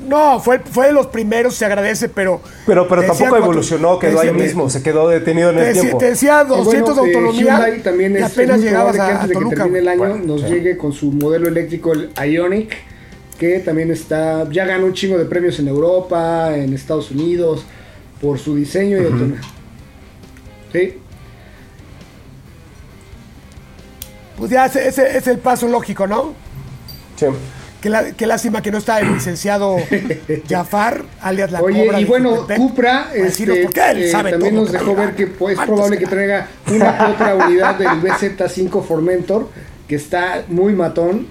Speaker 2: No, fue, fue de los primeros, se agradece, pero.
Speaker 5: Pero, pero
Speaker 2: te decía
Speaker 5: tampoco
Speaker 2: cuatro-
Speaker 5: evolucionó,
Speaker 2: te
Speaker 5: quedó ahí
Speaker 2: decía-
Speaker 5: mismo, se quedó detenido en
Speaker 2: Te
Speaker 5: el
Speaker 2: decía,
Speaker 5: tiempo.
Speaker 2: te decía
Speaker 3: Eh,
Speaker 2: 200
Speaker 3: bueno, eh,
Speaker 2: de autonomía
Speaker 3: Hyundai también
Speaker 2: y
Speaker 3: es
Speaker 2: apenas
Speaker 3: muy
Speaker 2: llegabas
Speaker 3: probable que
Speaker 2: a,
Speaker 3: antes
Speaker 2: a
Speaker 3: de que
Speaker 2: Toluca.
Speaker 3: termine el año
Speaker 5: Bueno,
Speaker 3: nos
Speaker 5: sí.
Speaker 3: llegue con su modelo eléctrico el Ionic que también está ya ganó un chingo de premios en Europa en Estados Unidos por su diseño y autonomía sí
Speaker 2: Pues ya ese, ese es el paso lógico, ¿no?
Speaker 5: Che.
Speaker 2: Qué, lá- qué lástima que no está el licenciado Jafar, alias la
Speaker 3: Oye,
Speaker 2: Cobra
Speaker 3: y
Speaker 2: de
Speaker 3: bueno,
Speaker 2: Jutepec,
Speaker 3: Cupra
Speaker 2: para decirnos por qué él
Speaker 3: este, eh,
Speaker 2: sabe
Speaker 3: también
Speaker 2: todo,
Speaker 3: nos dejó
Speaker 2: cabrón.
Speaker 3: ver que pues, es
Speaker 2: Antes
Speaker 3: probable
Speaker 2: que
Speaker 3: que traiga una que otra unidad del BZ5 Formentor, que está muy matón,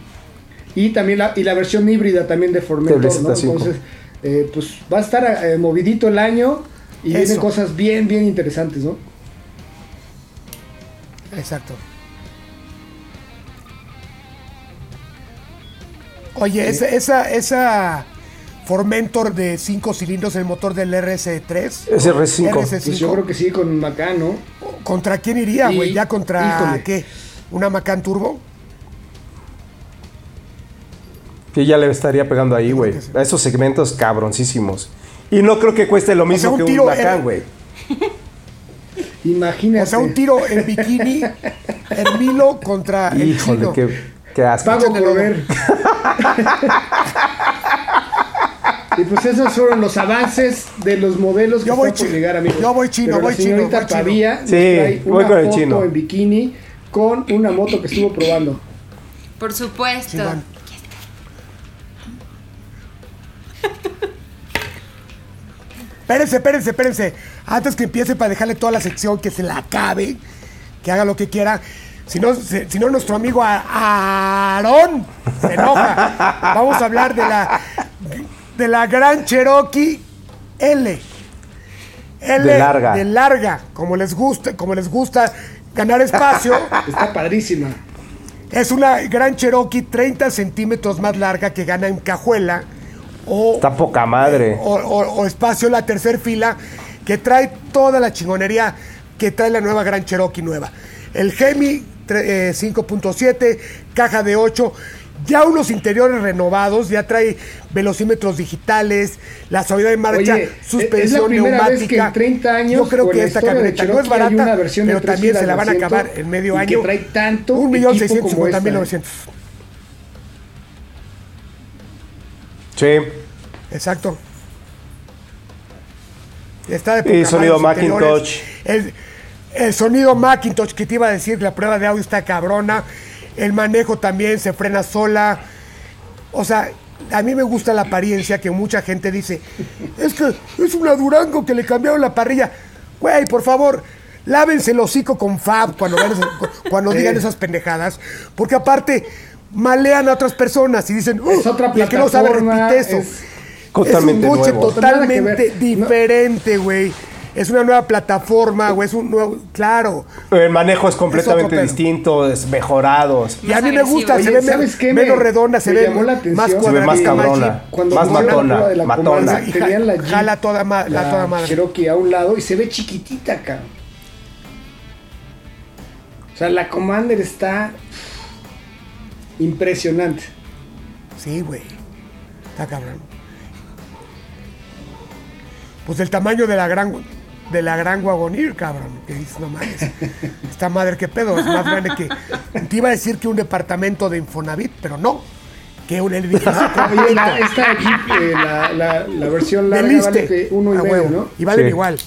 Speaker 3: y también la, y la versión híbrida también de Formentor, ¿no?
Speaker 5: BZ5.
Speaker 3: Entonces, eh, pues va a estar eh, movidito el año y vienen
Speaker 2: Eso.
Speaker 3: cosas bien, bien interesantes, ¿no?
Speaker 2: Exacto. Oye, esa, esa, esa Formentor de 5 cilindros, el motor del RS3.
Speaker 5: Es RS5.
Speaker 2: RS5.
Speaker 3: Pues yo creo que sí, con Macán, ¿no?
Speaker 2: ¿Contra quién iría,
Speaker 3: Y-
Speaker 2: güey? ¿Ya contra
Speaker 3: híjole.
Speaker 2: qué? ¿Una Macan Turbo?
Speaker 5: Que ya le estaría pegando ahí, güey. A esos segmentos cabroncísimos. Y no creo que cueste lo mismo
Speaker 2: sea, un
Speaker 5: que un
Speaker 2: tiro era-
Speaker 5: Macan, güey.
Speaker 3: Imagínate.
Speaker 2: O sea, un tiro en bikini, Hermilo contra el
Speaker 5: Híjole,
Speaker 2: chino.
Speaker 5: qué, qué asco.
Speaker 3: Pago por ver. y pues esos fueron los avances de los modelos que
Speaker 2: Yo voy
Speaker 3: están
Speaker 2: chi-
Speaker 3: por llegar, amigos.
Speaker 2: yo voy chino,
Speaker 3: Pero
Speaker 2: voy
Speaker 3: la
Speaker 2: chino,
Speaker 3: señorita
Speaker 2: voy chino.
Speaker 3: Pavía nos
Speaker 5: Sí,
Speaker 3: trae
Speaker 5: voy
Speaker 3: una
Speaker 5: con el
Speaker 3: foto
Speaker 5: chino.
Speaker 3: en bikini con una moto que estuvo probando.
Speaker 4: Por supuesto.
Speaker 2: van. Espérense, espérense, espérense. Antes que empiece para dejarle toda la sección, que se la acabe, que haga lo que quiera. Si no, se- si no nuestro amigo A- Aarón se enoja. Vamos a hablar de la, de la gran Cherokee L. L
Speaker 5: De larga.
Speaker 2: De larga, como les gusta, como les gusta ganar espacio.
Speaker 3: Está padrísima.
Speaker 2: Es una gran Cherokee 30 centímetros más larga que gana en cajuela o,
Speaker 5: Está poca madre.
Speaker 2: Eh, o, o- o espacio en la tercera fila que trae toda la chingonería que trae la nueva gran Cherokee nueva. El Hemi tre- eh, 5.7, caja de 8, ya unos interiores renovados, ya trae velocímetros digitales, la suavidad de marcha,
Speaker 3: Oye, es la
Speaker 2: suspensión
Speaker 3: primera vez que
Speaker 2: neumática.
Speaker 3: en 30 años
Speaker 2: Yo creo
Speaker 3: o en
Speaker 2: que
Speaker 3: la
Speaker 2: esta
Speaker 3: historia de
Speaker 2: camioneta no es
Speaker 3: Cherokee hay
Speaker 2: barata,
Speaker 3: una versión de
Speaker 2: pero
Speaker 3: tres
Speaker 2: también
Speaker 3: filas
Speaker 2: se la
Speaker 3: de
Speaker 2: van a
Speaker 3: asiento
Speaker 2: acabar en medio
Speaker 3: y que
Speaker 2: año.
Speaker 3: trae tanto equipo como
Speaker 2: 1.650.900.
Speaker 5: Sí.
Speaker 2: Exacto. Está de
Speaker 5: Y
Speaker 2: poca
Speaker 5: sonido
Speaker 2: madre los
Speaker 5: Macintosh.
Speaker 2: interiores. El, el sonido Macintosh que te iba a decir, la prueba de audio está cabrona. El manejo también se frena sola. O sea, a mí me gusta la apariencia que mucha gente dice. Es que es una Durango que le cambiaron la parrilla. Güey, por favor, lávense el hocico con Fab cuando, vean esas- cu- cuando digan esas pendejadas. Porque aparte, malean a otras personas y dicen, "Uh,
Speaker 3: Es otra
Speaker 2: y el que no sabe
Speaker 3: plataforma,
Speaker 2: repite eso.
Speaker 3: es-
Speaker 5: Totalmente
Speaker 2: es un coche
Speaker 5: nuevo.
Speaker 3: Nada que
Speaker 2: totalmente
Speaker 3: ver.
Speaker 2: diferente, güey. Es una nueva plataforma, güey. Es un nuevo. Claro.
Speaker 5: El manejo es completamente
Speaker 2: pedo.
Speaker 5: distinto, es mejorado. Se
Speaker 2: Y a
Speaker 4: Más
Speaker 2: mí me
Speaker 4: agresivo.
Speaker 2: gusta, se
Speaker 4: Oye,
Speaker 2: ve
Speaker 3: ¿sabes
Speaker 2: menos,
Speaker 3: qué?
Speaker 2: menos
Speaker 3: Me-
Speaker 2: redonda, se
Speaker 3: me
Speaker 2: ve
Speaker 3: llamó la atención.
Speaker 2: más
Speaker 3: Se ve
Speaker 5: ve
Speaker 2: cuadrada.
Speaker 5: más
Speaker 2: que más
Speaker 5: cabrona,
Speaker 2: Jeep.
Speaker 3: Cuando
Speaker 5: Ah, más
Speaker 3: vio la
Speaker 5: matona,
Speaker 3: prueba de la
Speaker 5: matona.
Speaker 3: Comanza, tenían la Jeep,
Speaker 2: Jala toda ma- la toda madre.
Speaker 3: Cherokee a un lado y se ve chiquitita, cabrón. O sea, la Commander está impresionante.
Speaker 2: Sí, güey. Está cabrón. Pues el tamaño de la gran de la gran Wagoneer, cabrón. Que dices, no mames. Esta madre que pedo, es más grande que. Te iba a decir que un departamento de Infonavit, pero no. Que un edificio.
Speaker 3: Oye, la, esta Jeep, eh, la, la- la versión
Speaker 2: Del
Speaker 3: larga vale
Speaker 2: Issste.
Speaker 3: que uno y
Speaker 2: A
Speaker 3: medio,
Speaker 2: Ah, huevo.
Speaker 3: ¿no?
Speaker 2: Y valen
Speaker 5: Sí.
Speaker 2: igual.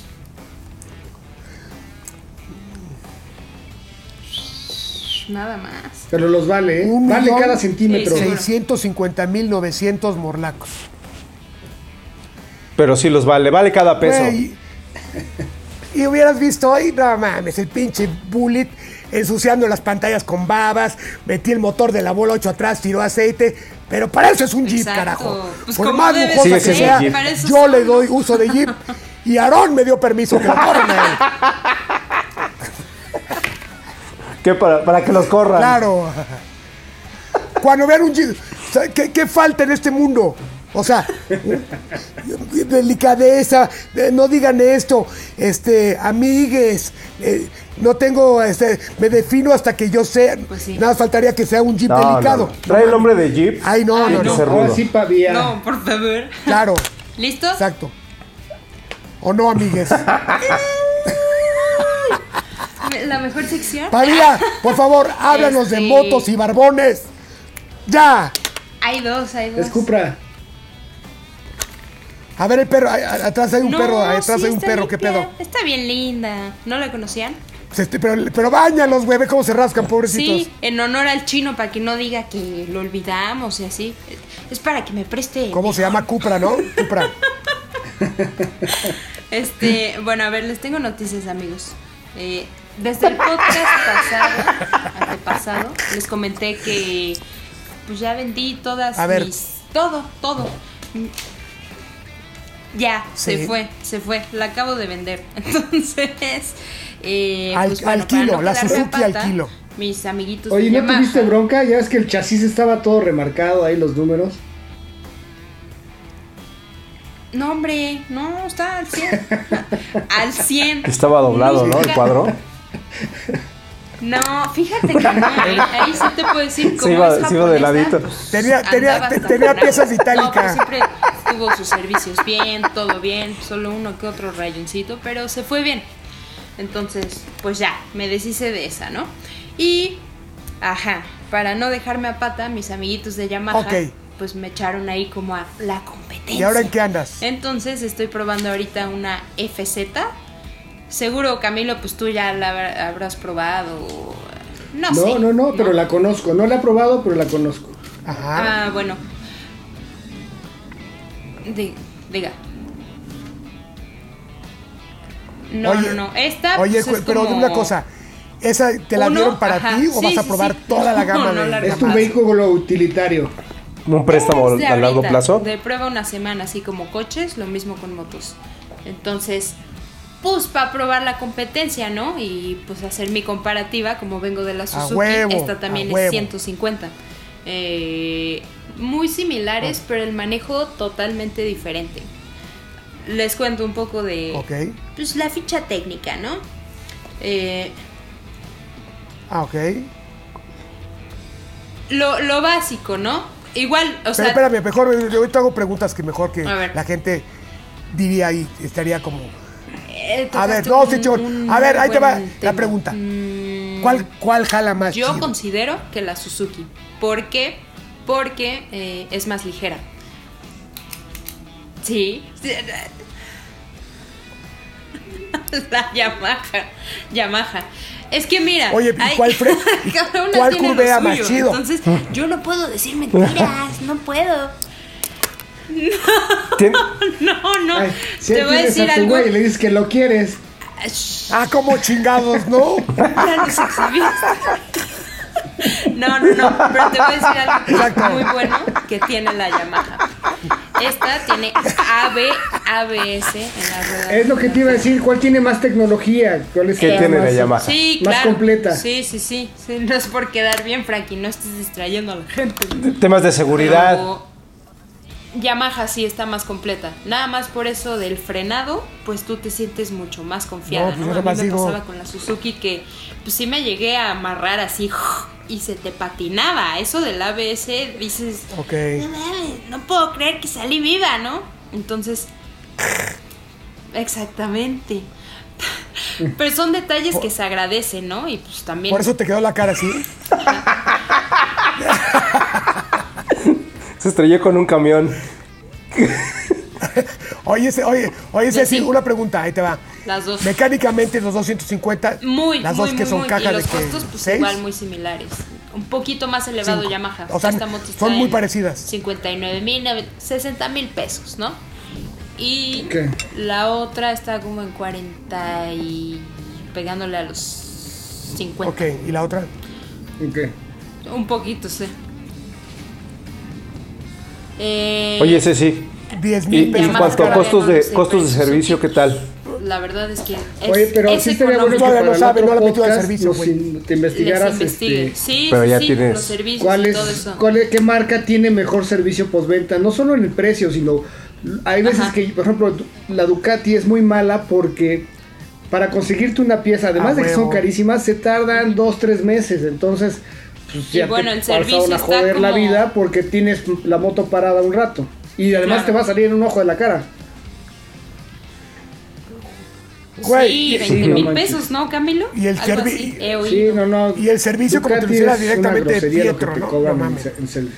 Speaker 4: Nada más.
Speaker 3: Pero los vale, ¿eh?
Speaker 2: Un
Speaker 3: vale
Speaker 2: millón
Speaker 3: cada centímetro.
Speaker 4: Sí, sí.
Speaker 2: 650.900 morlacos.
Speaker 5: Pero sí los vale, vale cada peso.
Speaker 2: Güey. Y hubieras visto hoy, no mames, el pinche bullet ensuciando las pantallas con babas, metí el motor de la bola 8 atrás, tiró aceite, pero para eso es un Jeep,
Speaker 4: Exacto.
Speaker 2: carajo.
Speaker 4: Pues
Speaker 2: Por
Speaker 4: como
Speaker 2: más
Speaker 4: debe
Speaker 2: lujosa
Speaker 5: ser,
Speaker 2: que sea,
Speaker 5: Jeep.
Speaker 4: para eso
Speaker 2: yo
Speaker 4: son.
Speaker 2: le doy uso de Jeep y Aarón me dio permiso que lo corran a él.
Speaker 5: Que para, para que los corran.
Speaker 2: Claro. Cuando vean un Jeep, ¿sabe ¿qué, qué falta en este mundo? O sea, delicadeza, de- no digan esto, este, amigues, eh, no tengo, este, me defino hasta que yo sea,
Speaker 4: Pues sí.
Speaker 2: nada más faltaría que sea un Jeep
Speaker 5: No, no,
Speaker 2: delicado.
Speaker 5: no. Trae el nombre de Jeep.
Speaker 2: Ay, no,
Speaker 4: Ay,
Speaker 2: no,
Speaker 5: no.
Speaker 2: no,
Speaker 5: Ser-
Speaker 3: Ahora
Speaker 5: rudo.
Speaker 3: sí, Pavía.
Speaker 4: No, por favor.
Speaker 2: claro,
Speaker 4: ¿Listos?
Speaker 2: exacto. O no, amigues.
Speaker 4: La mejor sección.
Speaker 2: Pavía, por favor, háblanos de
Speaker 4: Este-
Speaker 2: motos y barbones. Ya.
Speaker 4: Ah, Hay dos, hay dos.
Speaker 3: Es Cupra.
Speaker 4: pues,
Speaker 2: A ver el perro, a- a- atrás hay un
Speaker 4: No,
Speaker 2: perro, atrás
Speaker 4: sí,
Speaker 2: hay un
Speaker 4: está
Speaker 2: perro, qué
Speaker 4: limpia.
Speaker 2: pedo.
Speaker 4: Está bien linda. ¿No la conocían?
Speaker 2: Se este- pero, pero bañalos, güey, ve cómo se rascan, pobrecitos.
Speaker 4: Sí, en honor al chino, para que no diga que lo olvidamos y así. Es para que me preste.
Speaker 2: ¿Cómo se llama? Cupra, ¿no? Cupra.
Speaker 4: Este, bueno, a ver, les tengo noticias, amigos. Eh, desde el podcast pasado, antepasado, les comenté que pues ya vendí todas
Speaker 2: A ver.
Speaker 4: mis. Todo, todo. Ya,
Speaker 2: Sí.
Speaker 4: se fue, se fue. La acabo de vender. Entonces. eh,
Speaker 2: Al-
Speaker 4: pues, bueno,
Speaker 2: al
Speaker 4: para
Speaker 2: kilo,
Speaker 4: no
Speaker 2: la
Speaker 4: quedarme a
Speaker 2: Suzuki al
Speaker 4: pata,
Speaker 2: kilo.
Speaker 4: Mis amiguitos.
Speaker 3: Oye,
Speaker 4: de
Speaker 3: ¿no tuviste
Speaker 4: Yamaha-
Speaker 3: bronca? Ya ves que el chasis estaba todo remarcado ahí, los números.
Speaker 4: No, hombre, no, está al 100. al 100.
Speaker 5: Estaba doblado, ¿no? El
Speaker 4: Nunca-
Speaker 5: cuadro.
Speaker 4: No, fíjate que no, ahí, ahí sí te puedo decir cómo
Speaker 5: Se iba-
Speaker 4: es
Speaker 5: se iba
Speaker 4: japonesa,
Speaker 5: de ladito.
Speaker 4: pues,
Speaker 2: Tenía-
Speaker 4: anda
Speaker 2: tenía-
Speaker 4: bastante
Speaker 2: tenía
Speaker 4: brava.
Speaker 2: piezas
Speaker 4: No, pero
Speaker 2: itálicas.
Speaker 4: siempre tuvo sus servicios bien, todo bien, solo uno que otro rayoncito, pero se fue bien. Entonces, pues ya, me deshice de esa, ¿no? Y, ajá, para no dejarme a pata, mis amiguitos de Yamaha,
Speaker 2: Ok.
Speaker 4: pues me echaron ahí como a la competencia.
Speaker 2: ¿Y ahora en qué andas?
Speaker 4: Eh, Entonces estoy probando ahorita una FZ. Seguro, Camilo, pues tú ya la habr- habrás probado. o- Ah, No, sé.
Speaker 3: No, no, no, pero la conozco. No la he probado, pero la conozco.
Speaker 2: Ajá.
Speaker 4: Ah, bueno. Di- diga. No,
Speaker 2: Oye,
Speaker 4: no, no. Esta.
Speaker 2: Oye,
Speaker 4: pues, es
Speaker 2: cu- pero
Speaker 4: como
Speaker 2: una cosa, ¿esa te la
Speaker 4: uno,
Speaker 2: dieron para
Speaker 4: ajá,
Speaker 2: ti o
Speaker 4: sí,
Speaker 2: vas a
Speaker 4: sí,
Speaker 2: probar
Speaker 4: sí.
Speaker 2: toda la gama
Speaker 4: No, no,
Speaker 2: de-
Speaker 4: la
Speaker 2: de
Speaker 3: Es tu
Speaker 4: Jamás.
Speaker 3: vehículo utilitario.
Speaker 5: Un préstamo
Speaker 4: de
Speaker 5: a largo
Speaker 4: Este ahorita,
Speaker 5: plazo.
Speaker 4: De prueba una semana, así como coches, lo mismo con motos. Entonces, pues para probar la competencia, ¿no? Y pues hacer mi comparativa, como vengo de la Suzuki,
Speaker 2: huevo,
Speaker 4: esta también
Speaker 2: a
Speaker 4: es
Speaker 2: huevo.
Speaker 4: 150. Eh, muy
Speaker 2: Oh.
Speaker 4: similares, pero el manejo totalmente diferente. Les cuento un poco de
Speaker 2: Ok.
Speaker 4: pues, la ficha técnica, ¿no? Eh,
Speaker 2: Ah, ok.
Speaker 4: lo, lo básico, ¿no? Igual, o
Speaker 2: pero
Speaker 4: sea,
Speaker 2: espérame, mejor, eh, ahorita hago preguntas que mejor que
Speaker 4: A ver.
Speaker 2: la gente diría y estaría como...
Speaker 4: eh,
Speaker 2: A ver,
Speaker 4: tocaste
Speaker 2: no,
Speaker 4: un-
Speaker 2: sí, chingón.
Speaker 4: un
Speaker 2: A ver, ahí te va
Speaker 4: buen
Speaker 2: la
Speaker 4: tema. Mm,
Speaker 2: pregunta. ¿Cuál, ¿Cuál jala más?
Speaker 4: Yo
Speaker 2: chido?
Speaker 4: considero que la Suzuki. ¿Por qué? Porque eh, es más ligera. Sí. sí, eh, La Yamaha. Yamaha. Es que mira.
Speaker 2: Oye, ¿y
Speaker 4: hay-
Speaker 2: cuál fre-
Speaker 4: cada una
Speaker 2: cuál
Speaker 4: tiene lo
Speaker 2: curvea más
Speaker 4: suyo,
Speaker 2: chido?
Speaker 4: Entonces, yo no puedo decir mentiras. No puedo.
Speaker 5: Tien-
Speaker 4: No, no.
Speaker 3: Ay, si
Speaker 4: Te voy a
Speaker 3: tienes
Speaker 4: decir
Speaker 3: a tu
Speaker 4: algo.
Speaker 3: güey y le dices que lo quieres.
Speaker 4: Shh,
Speaker 2: Ah, como chingados, ¿no?
Speaker 4: ya nos exhibiste. No, no, no, pero te voy a decir algo que es
Speaker 2: Exacto.
Speaker 4: muy bueno que tiene la Yamaha. Esta tiene AB, ABS en la rueda.
Speaker 3: Es lo que te iba a decir. ¿Cuál tiene más tecnología? ¿Cuál es
Speaker 5: ¿Qué
Speaker 3: la
Speaker 5: tiene la
Speaker 3: más-
Speaker 5: Yamaha?
Speaker 4: Sí,
Speaker 3: Más
Speaker 4: claro.
Speaker 3: completa.
Speaker 4: Sí, sí, sí, sí, No es por quedar bien, Frankie, no estés distrayendo a la gente.
Speaker 5: temas de seguridad.
Speaker 4: Pero Yamaha sí está más completa. Nada más por eso del frenado, pues tú te sientes mucho más
Speaker 2: No,
Speaker 4: confiada,
Speaker 2: pues
Speaker 4: ¿no?
Speaker 2: yo
Speaker 4: A mí
Speaker 2: nomás
Speaker 4: me
Speaker 2: digo-
Speaker 4: pasaba con la Suzuki que pues sí me llegué a amarrar así y se te patinaba. Eso del ABS dices,
Speaker 2: Ok.
Speaker 4: no mames, no puedo creer que salí viva, ¿no? Entonces, exactamente. Pero son detalles que se agradecen, ¿no? Y pues también
Speaker 2: Por eso te quedó la cara así.
Speaker 5: Se estrelló con un camión.
Speaker 2: Oye, ese- oye, oye,
Speaker 4: Yo
Speaker 2: Ceci,
Speaker 4: sí.
Speaker 2: una pregunta, ahí te va.
Speaker 4: las dos.
Speaker 2: Mecánicamente los 250,
Speaker 4: Muy,
Speaker 2: las
Speaker 4: muy,
Speaker 2: dos que
Speaker 4: muy,
Speaker 2: son
Speaker 4: muy.
Speaker 2: cajas
Speaker 4: y los
Speaker 2: de que
Speaker 4: costos pues
Speaker 2: ¿seis?
Speaker 4: igual muy similares. Un poquito más elevado
Speaker 2: Cinco.
Speaker 4: Yamaha.
Speaker 2: O sea, son muy parecidas.
Speaker 4: 59 mil, 60 mil pesos, ¿no? Y
Speaker 3: Ok.
Speaker 4: la otra está como en 40 y pegándole a los 50.
Speaker 2: Ok, ¿y la otra?
Speaker 3: Ok.
Speaker 4: Un poquito, sí. Eh,
Speaker 5: Oye, ese sí.
Speaker 2: 10
Speaker 5: Y
Speaker 2: mil
Speaker 5: en
Speaker 2: pesos
Speaker 4: Yamaha
Speaker 2: más
Speaker 5: cuanto a
Speaker 4: todavía
Speaker 2: cara.
Speaker 5: costos
Speaker 4: no
Speaker 5: de
Speaker 4: nos
Speaker 5: costos de
Speaker 4: encuentra.
Speaker 5: servicio, ¿qué tal?
Speaker 4: la verdad es que es,
Speaker 3: Oye, pero
Speaker 4: es
Speaker 3: sí estaría bueno que
Speaker 4: económico.
Speaker 2: Todavía
Speaker 3: para
Speaker 2: no
Speaker 3: el
Speaker 2: sabe,
Speaker 3: otro
Speaker 2: no le ha metido al
Speaker 3: podcast
Speaker 2: servicio,
Speaker 3: nos
Speaker 2: güey.
Speaker 3: in- te
Speaker 4: Les
Speaker 3: investigaras
Speaker 4: investigue.
Speaker 3: este,
Speaker 4: sí,
Speaker 5: pero
Speaker 4: sí,
Speaker 5: ya
Speaker 4: sí,
Speaker 5: tienes-
Speaker 4: los servicios
Speaker 3: cuál
Speaker 4: y
Speaker 3: es,
Speaker 4: todo eso.
Speaker 3: cuál es- qué marca tiene mejor servicio postventa, no solo en el precio, sino hay veces
Speaker 4: Ajá.
Speaker 3: que, por ejemplo, du- la Ducati es muy mala porque para conseguirte una pieza, además
Speaker 2: Ah,
Speaker 3: de que son
Speaker 2: huevo.
Speaker 3: carísimas, se tardan dos, tres meses, entonces pues,
Speaker 4: Y
Speaker 3: ya
Speaker 4: bueno, el
Speaker 3: te pasaron
Speaker 4: servicio
Speaker 3: a
Speaker 4: está
Speaker 3: joder la
Speaker 4: como-
Speaker 3: vida porque tienes la moto parada un rato y además
Speaker 4: Claro.
Speaker 3: te va a salir un ojo de la cara.
Speaker 2: Güey,
Speaker 4: sí,
Speaker 2: y-
Speaker 4: 20
Speaker 3: sí, no
Speaker 4: mil
Speaker 3: manches.
Speaker 4: pesos, ¿no, Camilo?
Speaker 2: Y el
Speaker 4: Algo
Speaker 2: servi-
Speaker 4: así, he
Speaker 3: Sí,
Speaker 4: oído.
Speaker 3: no, no.
Speaker 2: Y el servicio como te lo
Speaker 3: Ducati
Speaker 2: hiciera
Speaker 3: es una
Speaker 2: directamente de
Speaker 3: grosería lo que
Speaker 2: Pietro,
Speaker 3: te
Speaker 2: ¿no?
Speaker 3: cobran
Speaker 2: No
Speaker 3: en
Speaker 2: mames.
Speaker 3: se- en servicio.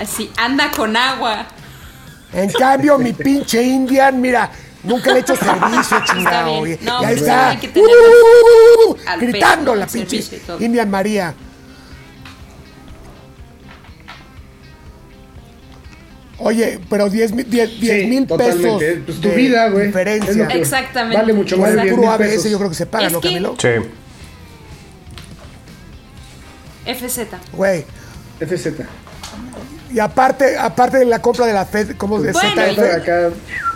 Speaker 4: Así, anda con agua.
Speaker 2: En cambio, mi pinche Indian, mira, nunca le he hecho servicio, chingado.
Speaker 4: bien.
Speaker 2: y-
Speaker 4: No,
Speaker 2: y ahí
Speaker 4: pues,
Speaker 2: está,
Speaker 4: hay que tenerlo
Speaker 2: ¡uh!
Speaker 4: al pedo,
Speaker 2: gritando la
Speaker 4: el
Speaker 2: pinche
Speaker 4: servicio y todo.
Speaker 2: Indian María. Oye, pero 10 mil
Speaker 3: Sí,
Speaker 2: pesos.
Speaker 3: totalmente. Pues tu
Speaker 2: de
Speaker 3: vida, güey. Es
Speaker 2: Diferencia.
Speaker 3: lo que
Speaker 4: Exactamente.
Speaker 3: Vale mucho
Speaker 2: Por
Speaker 3: más de
Speaker 2: el
Speaker 3: 10
Speaker 2: puro
Speaker 3: mil
Speaker 2: ABS
Speaker 3: pesos.
Speaker 2: yo creo que se paga,
Speaker 4: Es
Speaker 2: ¿no,
Speaker 4: que-
Speaker 2: Camilo?
Speaker 5: Sí.
Speaker 4: FZ.
Speaker 2: Güey.
Speaker 3: FZ.
Speaker 2: Y aparte, aparte de la compra de la Fed, ¿cómo de
Speaker 4: Bueno,
Speaker 2: Zeta-
Speaker 4: y-
Speaker 3: Por acá,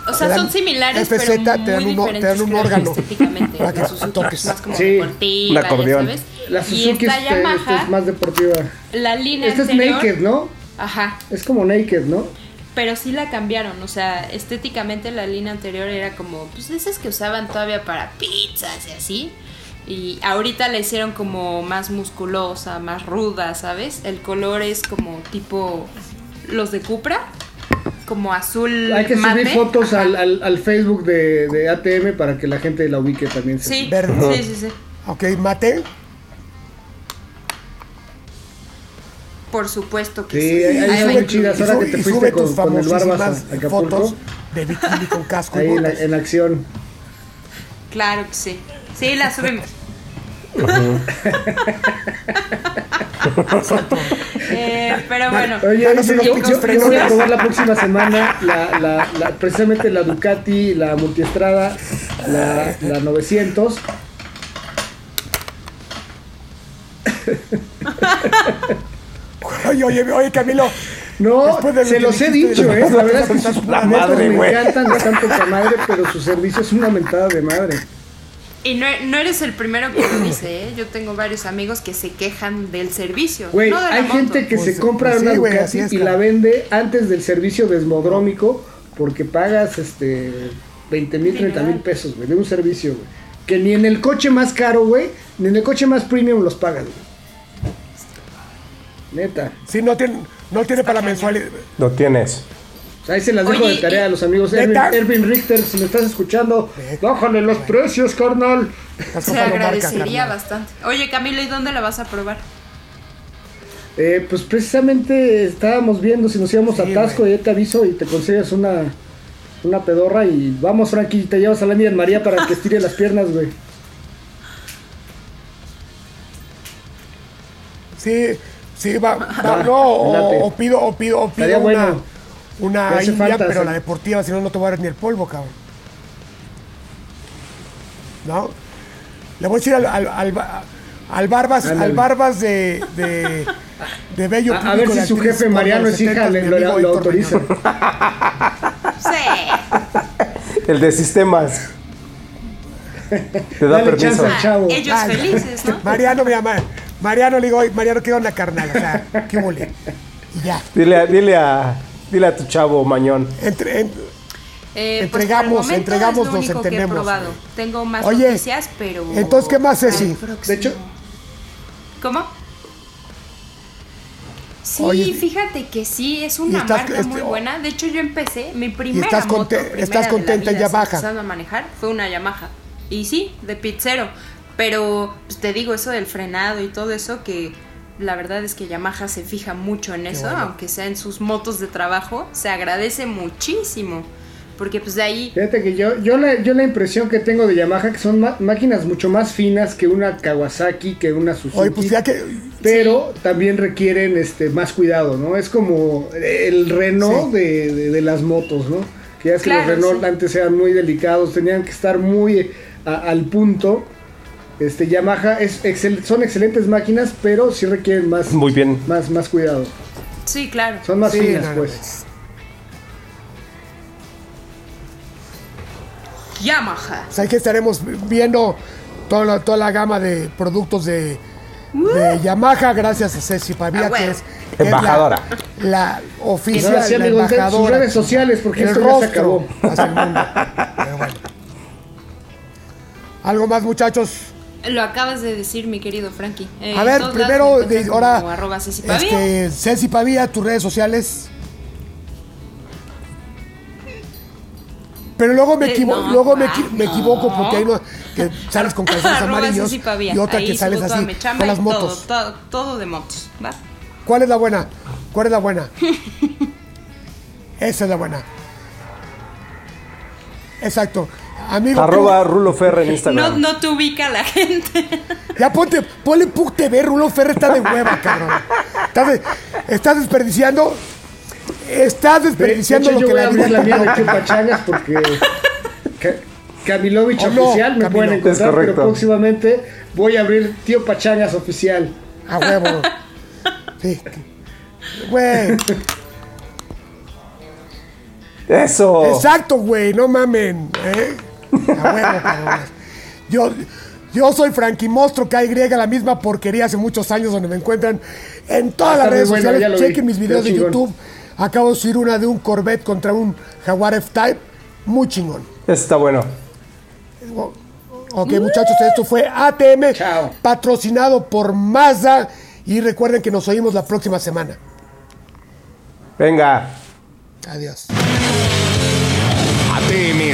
Speaker 4: O
Speaker 2: Te
Speaker 4: sea,
Speaker 2: dan
Speaker 4: son similares,
Speaker 2: FZ,
Speaker 4: pero muy
Speaker 2: te dan un o- te
Speaker 4: diferentes
Speaker 2: dan un
Speaker 4: creo que
Speaker 2: órgano
Speaker 4: estéticamente.
Speaker 2: para que
Speaker 4: La Suzuki
Speaker 2: toques.
Speaker 4: es más como
Speaker 3: Sí,
Speaker 4: deportiva,
Speaker 5: un acordeón.
Speaker 4: ya sabes.
Speaker 3: la
Speaker 4: y
Speaker 3: Suzuki
Speaker 4: esta
Speaker 3: este- esta
Speaker 4: Yamaha,
Speaker 3: es más deportiva.
Speaker 4: la línea
Speaker 3: Esta es
Speaker 4: anterior-
Speaker 3: naked, ¿no?
Speaker 4: Ajá.
Speaker 3: Es como naked, ¿no?
Speaker 4: pero sí la cambiaron. O sea, estéticamente la línea anterior era como, pues de esas que usaban todavía para pizzas y así. Y ahorita la hicieron como más musculosa, más ruda, ¿sabes? El color es como tipo los de Cupra, como azul.
Speaker 3: Hay que
Speaker 4: mate.
Speaker 3: subir fotos al, al- al Facebook de, de ATM para que la gente la ubique también.
Speaker 4: Sí,
Speaker 2: Verde.
Speaker 4: sí, sí, sí.
Speaker 2: Ok, mate.
Speaker 4: Por supuesto que
Speaker 3: Sí,
Speaker 4: sí.
Speaker 3: hay- hay
Speaker 4: Ahí
Speaker 3: muy
Speaker 4: ven.
Speaker 3: chidas. Ahora que te
Speaker 2: y
Speaker 3: fuiste
Speaker 2: sube
Speaker 3: con-
Speaker 2: tus
Speaker 3: con el Barbas a
Speaker 2: famosísimas
Speaker 3: Acapulco.
Speaker 2: fotos de bikini con casco
Speaker 3: Ahí
Speaker 2: y
Speaker 3: en, la-
Speaker 2: botas.
Speaker 3: en acción.
Speaker 4: Claro que sí. Sí, la subimos. Eh, pero bueno.
Speaker 3: Oye,
Speaker 2: Danos
Speaker 3: yo,
Speaker 2: unos
Speaker 3: yo-
Speaker 2: pinches
Speaker 3: yo
Speaker 2: frenos.
Speaker 3: voy a probar la próxima semana la, la- la- precisamente la Ducati, la Multiestrada, la, la 900.
Speaker 2: Oye, oye, oye, Camilo.
Speaker 3: No,
Speaker 2: Después de lo
Speaker 3: se
Speaker 2: que
Speaker 3: los he
Speaker 2: dijiste
Speaker 3: dicho,
Speaker 2: de-
Speaker 3: ¿eh? La verdad es que sus
Speaker 5: La
Speaker 3: productos
Speaker 5: madre,
Speaker 3: me
Speaker 5: güey.
Speaker 3: encantan, no están poca madre, pero su servicio es una mentada de madre.
Speaker 4: Y no, no eres el primero que lo dice, ¿eh? Yo tengo varios amigos que se quejan del servicio.
Speaker 3: Güey,
Speaker 4: no de la
Speaker 3: hay
Speaker 4: moto.
Speaker 3: gente que
Speaker 2: Pues-
Speaker 3: se compra
Speaker 2: pues sí,
Speaker 3: una
Speaker 2: güey,
Speaker 3: Ducati
Speaker 2: así es,
Speaker 3: y la
Speaker 2: cabrón.
Speaker 3: vende antes del servicio desmodrómico porque pagas este 20 mil, 30 mil pesos, güey, de un servicio, güey. Que ni en el coche más caro, güey, ni en el coche más premium los pagas, güey. Neta.
Speaker 2: Sí, no tiene, no tiene para la mensualidad.
Speaker 5: Lo tienes.
Speaker 3: O sea, Ahí se las dejo
Speaker 4: Oye,
Speaker 3: de tarea
Speaker 4: y-
Speaker 3: a los amigos. Erwin,
Speaker 2: ¿Neta?
Speaker 3: Erwin Richter, si me estás escuchando, bájale los precios, carnal.
Speaker 2: Estás
Speaker 4: Se
Speaker 2: comprando marca,
Speaker 4: agradecería
Speaker 2: carnal.
Speaker 4: bastante. Oye, Camilo, ¿y dónde la vas a probar?
Speaker 3: Eh, pues precisamente estábamos viendo si nos íbamos a
Speaker 2: Sí,
Speaker 3: Tasco y ya te aviso y te consigues una, una pedorra y vamos, Frankie, te llevas a la niña María para que estire las piernas, güey.
Speaker 2: Sí, sí, va. va, no,
Speaker 3: me late.
Speaker 2: o, o pido, o pido, o pido
Speaker 3: Ah, Estaría
Speaker 2: una,
Speaker 3: bueno. Me
Speaker 2: una
Speaker 3: hace
Speaker 2: india,
Speaker 3: falta,
Speaker 2: pero
Speaker 3: sí.
Speaker 2: la deportiva, si no, no te voy a dar ni el polvo, cabrón. ¿No? Le voy a decir al, al, al, ba- al Barbas,
Speaker 3: Ándale.
Speaker 2: al Barbas de, de, de Bello
Speaker 3: A, a
Speaker 2: Público
Speaker 3: ver
Speaker 2: de
Speaker 3: si su
Speaker 2: Actriz
Speaker 3: jefe
Speaker 2: Porno
Speaker 3: Mariano
Speaker 2: de
Speaker 3: es hija,
Speaker 2: 70s,
Speaker 3: le,
Speaker 2: mi
Speaker 3: lo,
Speaker 2: amigo
Speaker 3: lo
Speaker 2: Héctor
Speaker 3: autoriza.
Speaker 2: Mañón.
Speaker 4: Sí.
Speaker 5: El de sistemas. Te da
Speaker 3: Dale
Speaker 5: permiso.
Speaker 3: chance al chavo.
Speaker 4: Ellos
Speaker 2: Ah,
Speaker 4: felices, ¿no? Eh,
Speaker 2: Mariano, mira, Ma- Mariano, le digo, "Oye, Mariano, ¿qué onda, carnal? O sea, qué mole. Y ya.
Speaker 5: Dile, a- dile a dile a tu chavo mañón.
Speaker 2: Entre, en-
Speaker 4: Eh,
Speaker 2: Entregamos,
Speaker 4: por el momento
Speaker 2: entregamos, nos
Speaker 4: es lo único que he
Speaker 2: entendemos.
Speaker 4: probado. Tengo más
Speaker 2: Oye,
Speaker 4: noticias, pero.
Speaker 2: entonces, ¿qué más,
Speaker 4: al
Speaker 2: Ceci?
Speaker 4: próximo.
Speaker 3: De hecho,
Speaker 4: ¿Cómo? Sí,
Speaker 2: Oye,
Speaker 4: fíjate que sí, es una
Speaker 2: estás-
Speaker 4: marca
Speaker 2: este,
Speaker 4: muy
Speaker 2: oh.
Speaker 4: buena. De hecho, yo empecé, mi primera
Speaker 2: estás
Speaker 4: moto,
Speaker 2: conte-
Speaker 4: primera
Speaker 2: estás
Speaker 4: de la
Speaker 2: contenta en
Speaker 4: vida,
Speaker 2: Yamaha?
Speaker 4: empezando a manejar, fue una Yamaha. Y sí, de pizzero. Pero pues, te digo, eso del frenado y todo eso, que la verdad es que Yamaha se fija mucho en eso, aunque sea en sus motos de trabajo, se agradece muchísimo. Porque pues de ahí
Speaker 3: fíjate que yo, yo, la, yo la impresión que tengo de Yamaha que son ma- máquinas mucho más finas que una Kawasaki, que una Suzuki.
Speaker 2: oye, pues ya que
Speaker 3: pero también requieren este más cuidado, ¿no? Es como el Renault de, de- de las motos, ¿no? Que ya es que
Speaker 4: Claro,
Speaker 3: los Renault
Speaker 4: sí.
Speaker 3: antes eran muy delicados, tenían que estar muy eh, a- al punto. Este Yamaha es excel- son excelentes máquinas, pero sí requieren más
Speaker 5: Muy bien.
Speaker 3: más más cuidado.
Speaker 4: Sí, claro.
Speaker 3: Son más
Speaker 2: Sí,
Speaker 3: finas,
Speaker 2: no, no,
Speaker 3: pues.
Speaker 4: Yamaha.
Speaker 2: O sea, Pues que estaremos viendo toda la, toda la gama de productos de,
Speaker 3: Uh.
Speaker 2: de Yamaha, gracias a Ceci Pavía,
Speaker 4: Ah, bueno.
Speaker 2: que es que es la-
Speaker 5: Embajadora.
Speaker 2: La, oficial,
Speaker 3: Pues Ahora sí,
Speaker 2: la
Speaker 3: amigos, den sus
Speaker 2: embajadora.
Speaker 3: redes sociales porque
Speaker 2: el
Speaker 3: esto ya se acabó.
Speaker 2: rostro hacia el mundo. Pero bueno. ¿Algo más, muchachos?
Speaker 4: Lo acabas de decir, mi querido Frankie. Eh,
Speaker 2: A
Speaker 4: en
Speaker 2: ver,
Speaker 4: todos lados me
Speaker 2: primero, de-
Speaker 4: encuentran como
Speaker 2: ahora,
Speaker 4: arroba Ceci Pavía.
Speaker 2: este, Ceci Pavía, tus redes sociales. Pero luego me,
Speaker 4: Eh,
Speaker 2: equivo-
Speaker 4: no,
Speaker 2: luego me,
Speaker 4: guau,
Speaker 2: equi- me
Speaker 4: no.
Speaker 2: equivoco porque hay una que sales con calzones
Speaker 4: Arroba
Speaker 2: amarillos
Speaker 4: Ceci Pavía.
Speaker 2: y otra
Speaker 4: Ahí
Speaker 2: que
Speaker 4: subo
Speaker 2: sales
Speaker 4: toda
Speaker 2: así
Speaker 4: mi chamba
Speaker 2: con
Speaker 4: y
Speaker 2: las motos.
Speaker 4: Todo, todo, todo de motos, ¿va?
Speaker 2: ¿Cuál es la buena? ¿Cuál es la buena? Esa es la buena. Exacto. Amigo,
Speaker 5: Arroba Rulo Ferre en Instagram.
Speaker 4: No, no te ubica la gente.
Speaker 2: tú- ya ponte, ponle Puc TV, Rulo Ferre está de hueva, cabrón. Estás, de- estás desperdiciando. Estás
Speaker 3: De- de
Speaker 2: desperdiciando
Speaker 3: hecho,
Speaker 2: lo
Speaker 3: yo
Speaker 2: que
Speaker 3: voy a
Speaker 2: la vida
Speaker 3: abrir la
Speaker 2: te
Speaker 3: mía
Speaker 2: da.
Speaker 3: de chupachangas porque Ka- Kamilovich
Speaker 2: Oh, no,
Speaker 3: oficial me pueden
Speaker 2: Camilo.
Speaker 3: encontrar,
Speaker 5: Es
Speaker 3: pero
Speaker 5: correcto.
Speaker 3: próximamente voy a abrir Tío Pachangas oficial.
Speaker 2: A huevo. Sí. Güey.
Speaker 3: Oh.
Speaker 5: Eso.
Speaker 2: Exacto, güey, no mamen. ¿eh? A huevo, cabrones. Yo, yo soy Frankie Mostro, KY, la misma porquería hace muchos años donde me encuentran en todas
Speaker 3: Ah,
Speaker 2: las
Speaker 3: está
Speaker 2: redes
Speaker 3: muy bueno, ya
Speaker 2: sociales.
Speaker 3: lo vi.
Speaker 2: Chequen mis
Speaker 3: Qué
Speaker 2: videos de
Speaker 3: chingón.
Speaker 2: YouTube. Acabo de subir una de un Corvette contra un Jaguar F-Type. Muy chingón.
Speaker 5: Está bueno.
Speaker 2: Ok, muchachos, esto fue ATM.
Speaker 3: Chao.
Speaker 2: Patrocinado por Mazda. Y recuerden que nos oímos la próxima semana.
Speaker 5: Venga.
Speaker 2: Adiós.
Speaker 1: ATM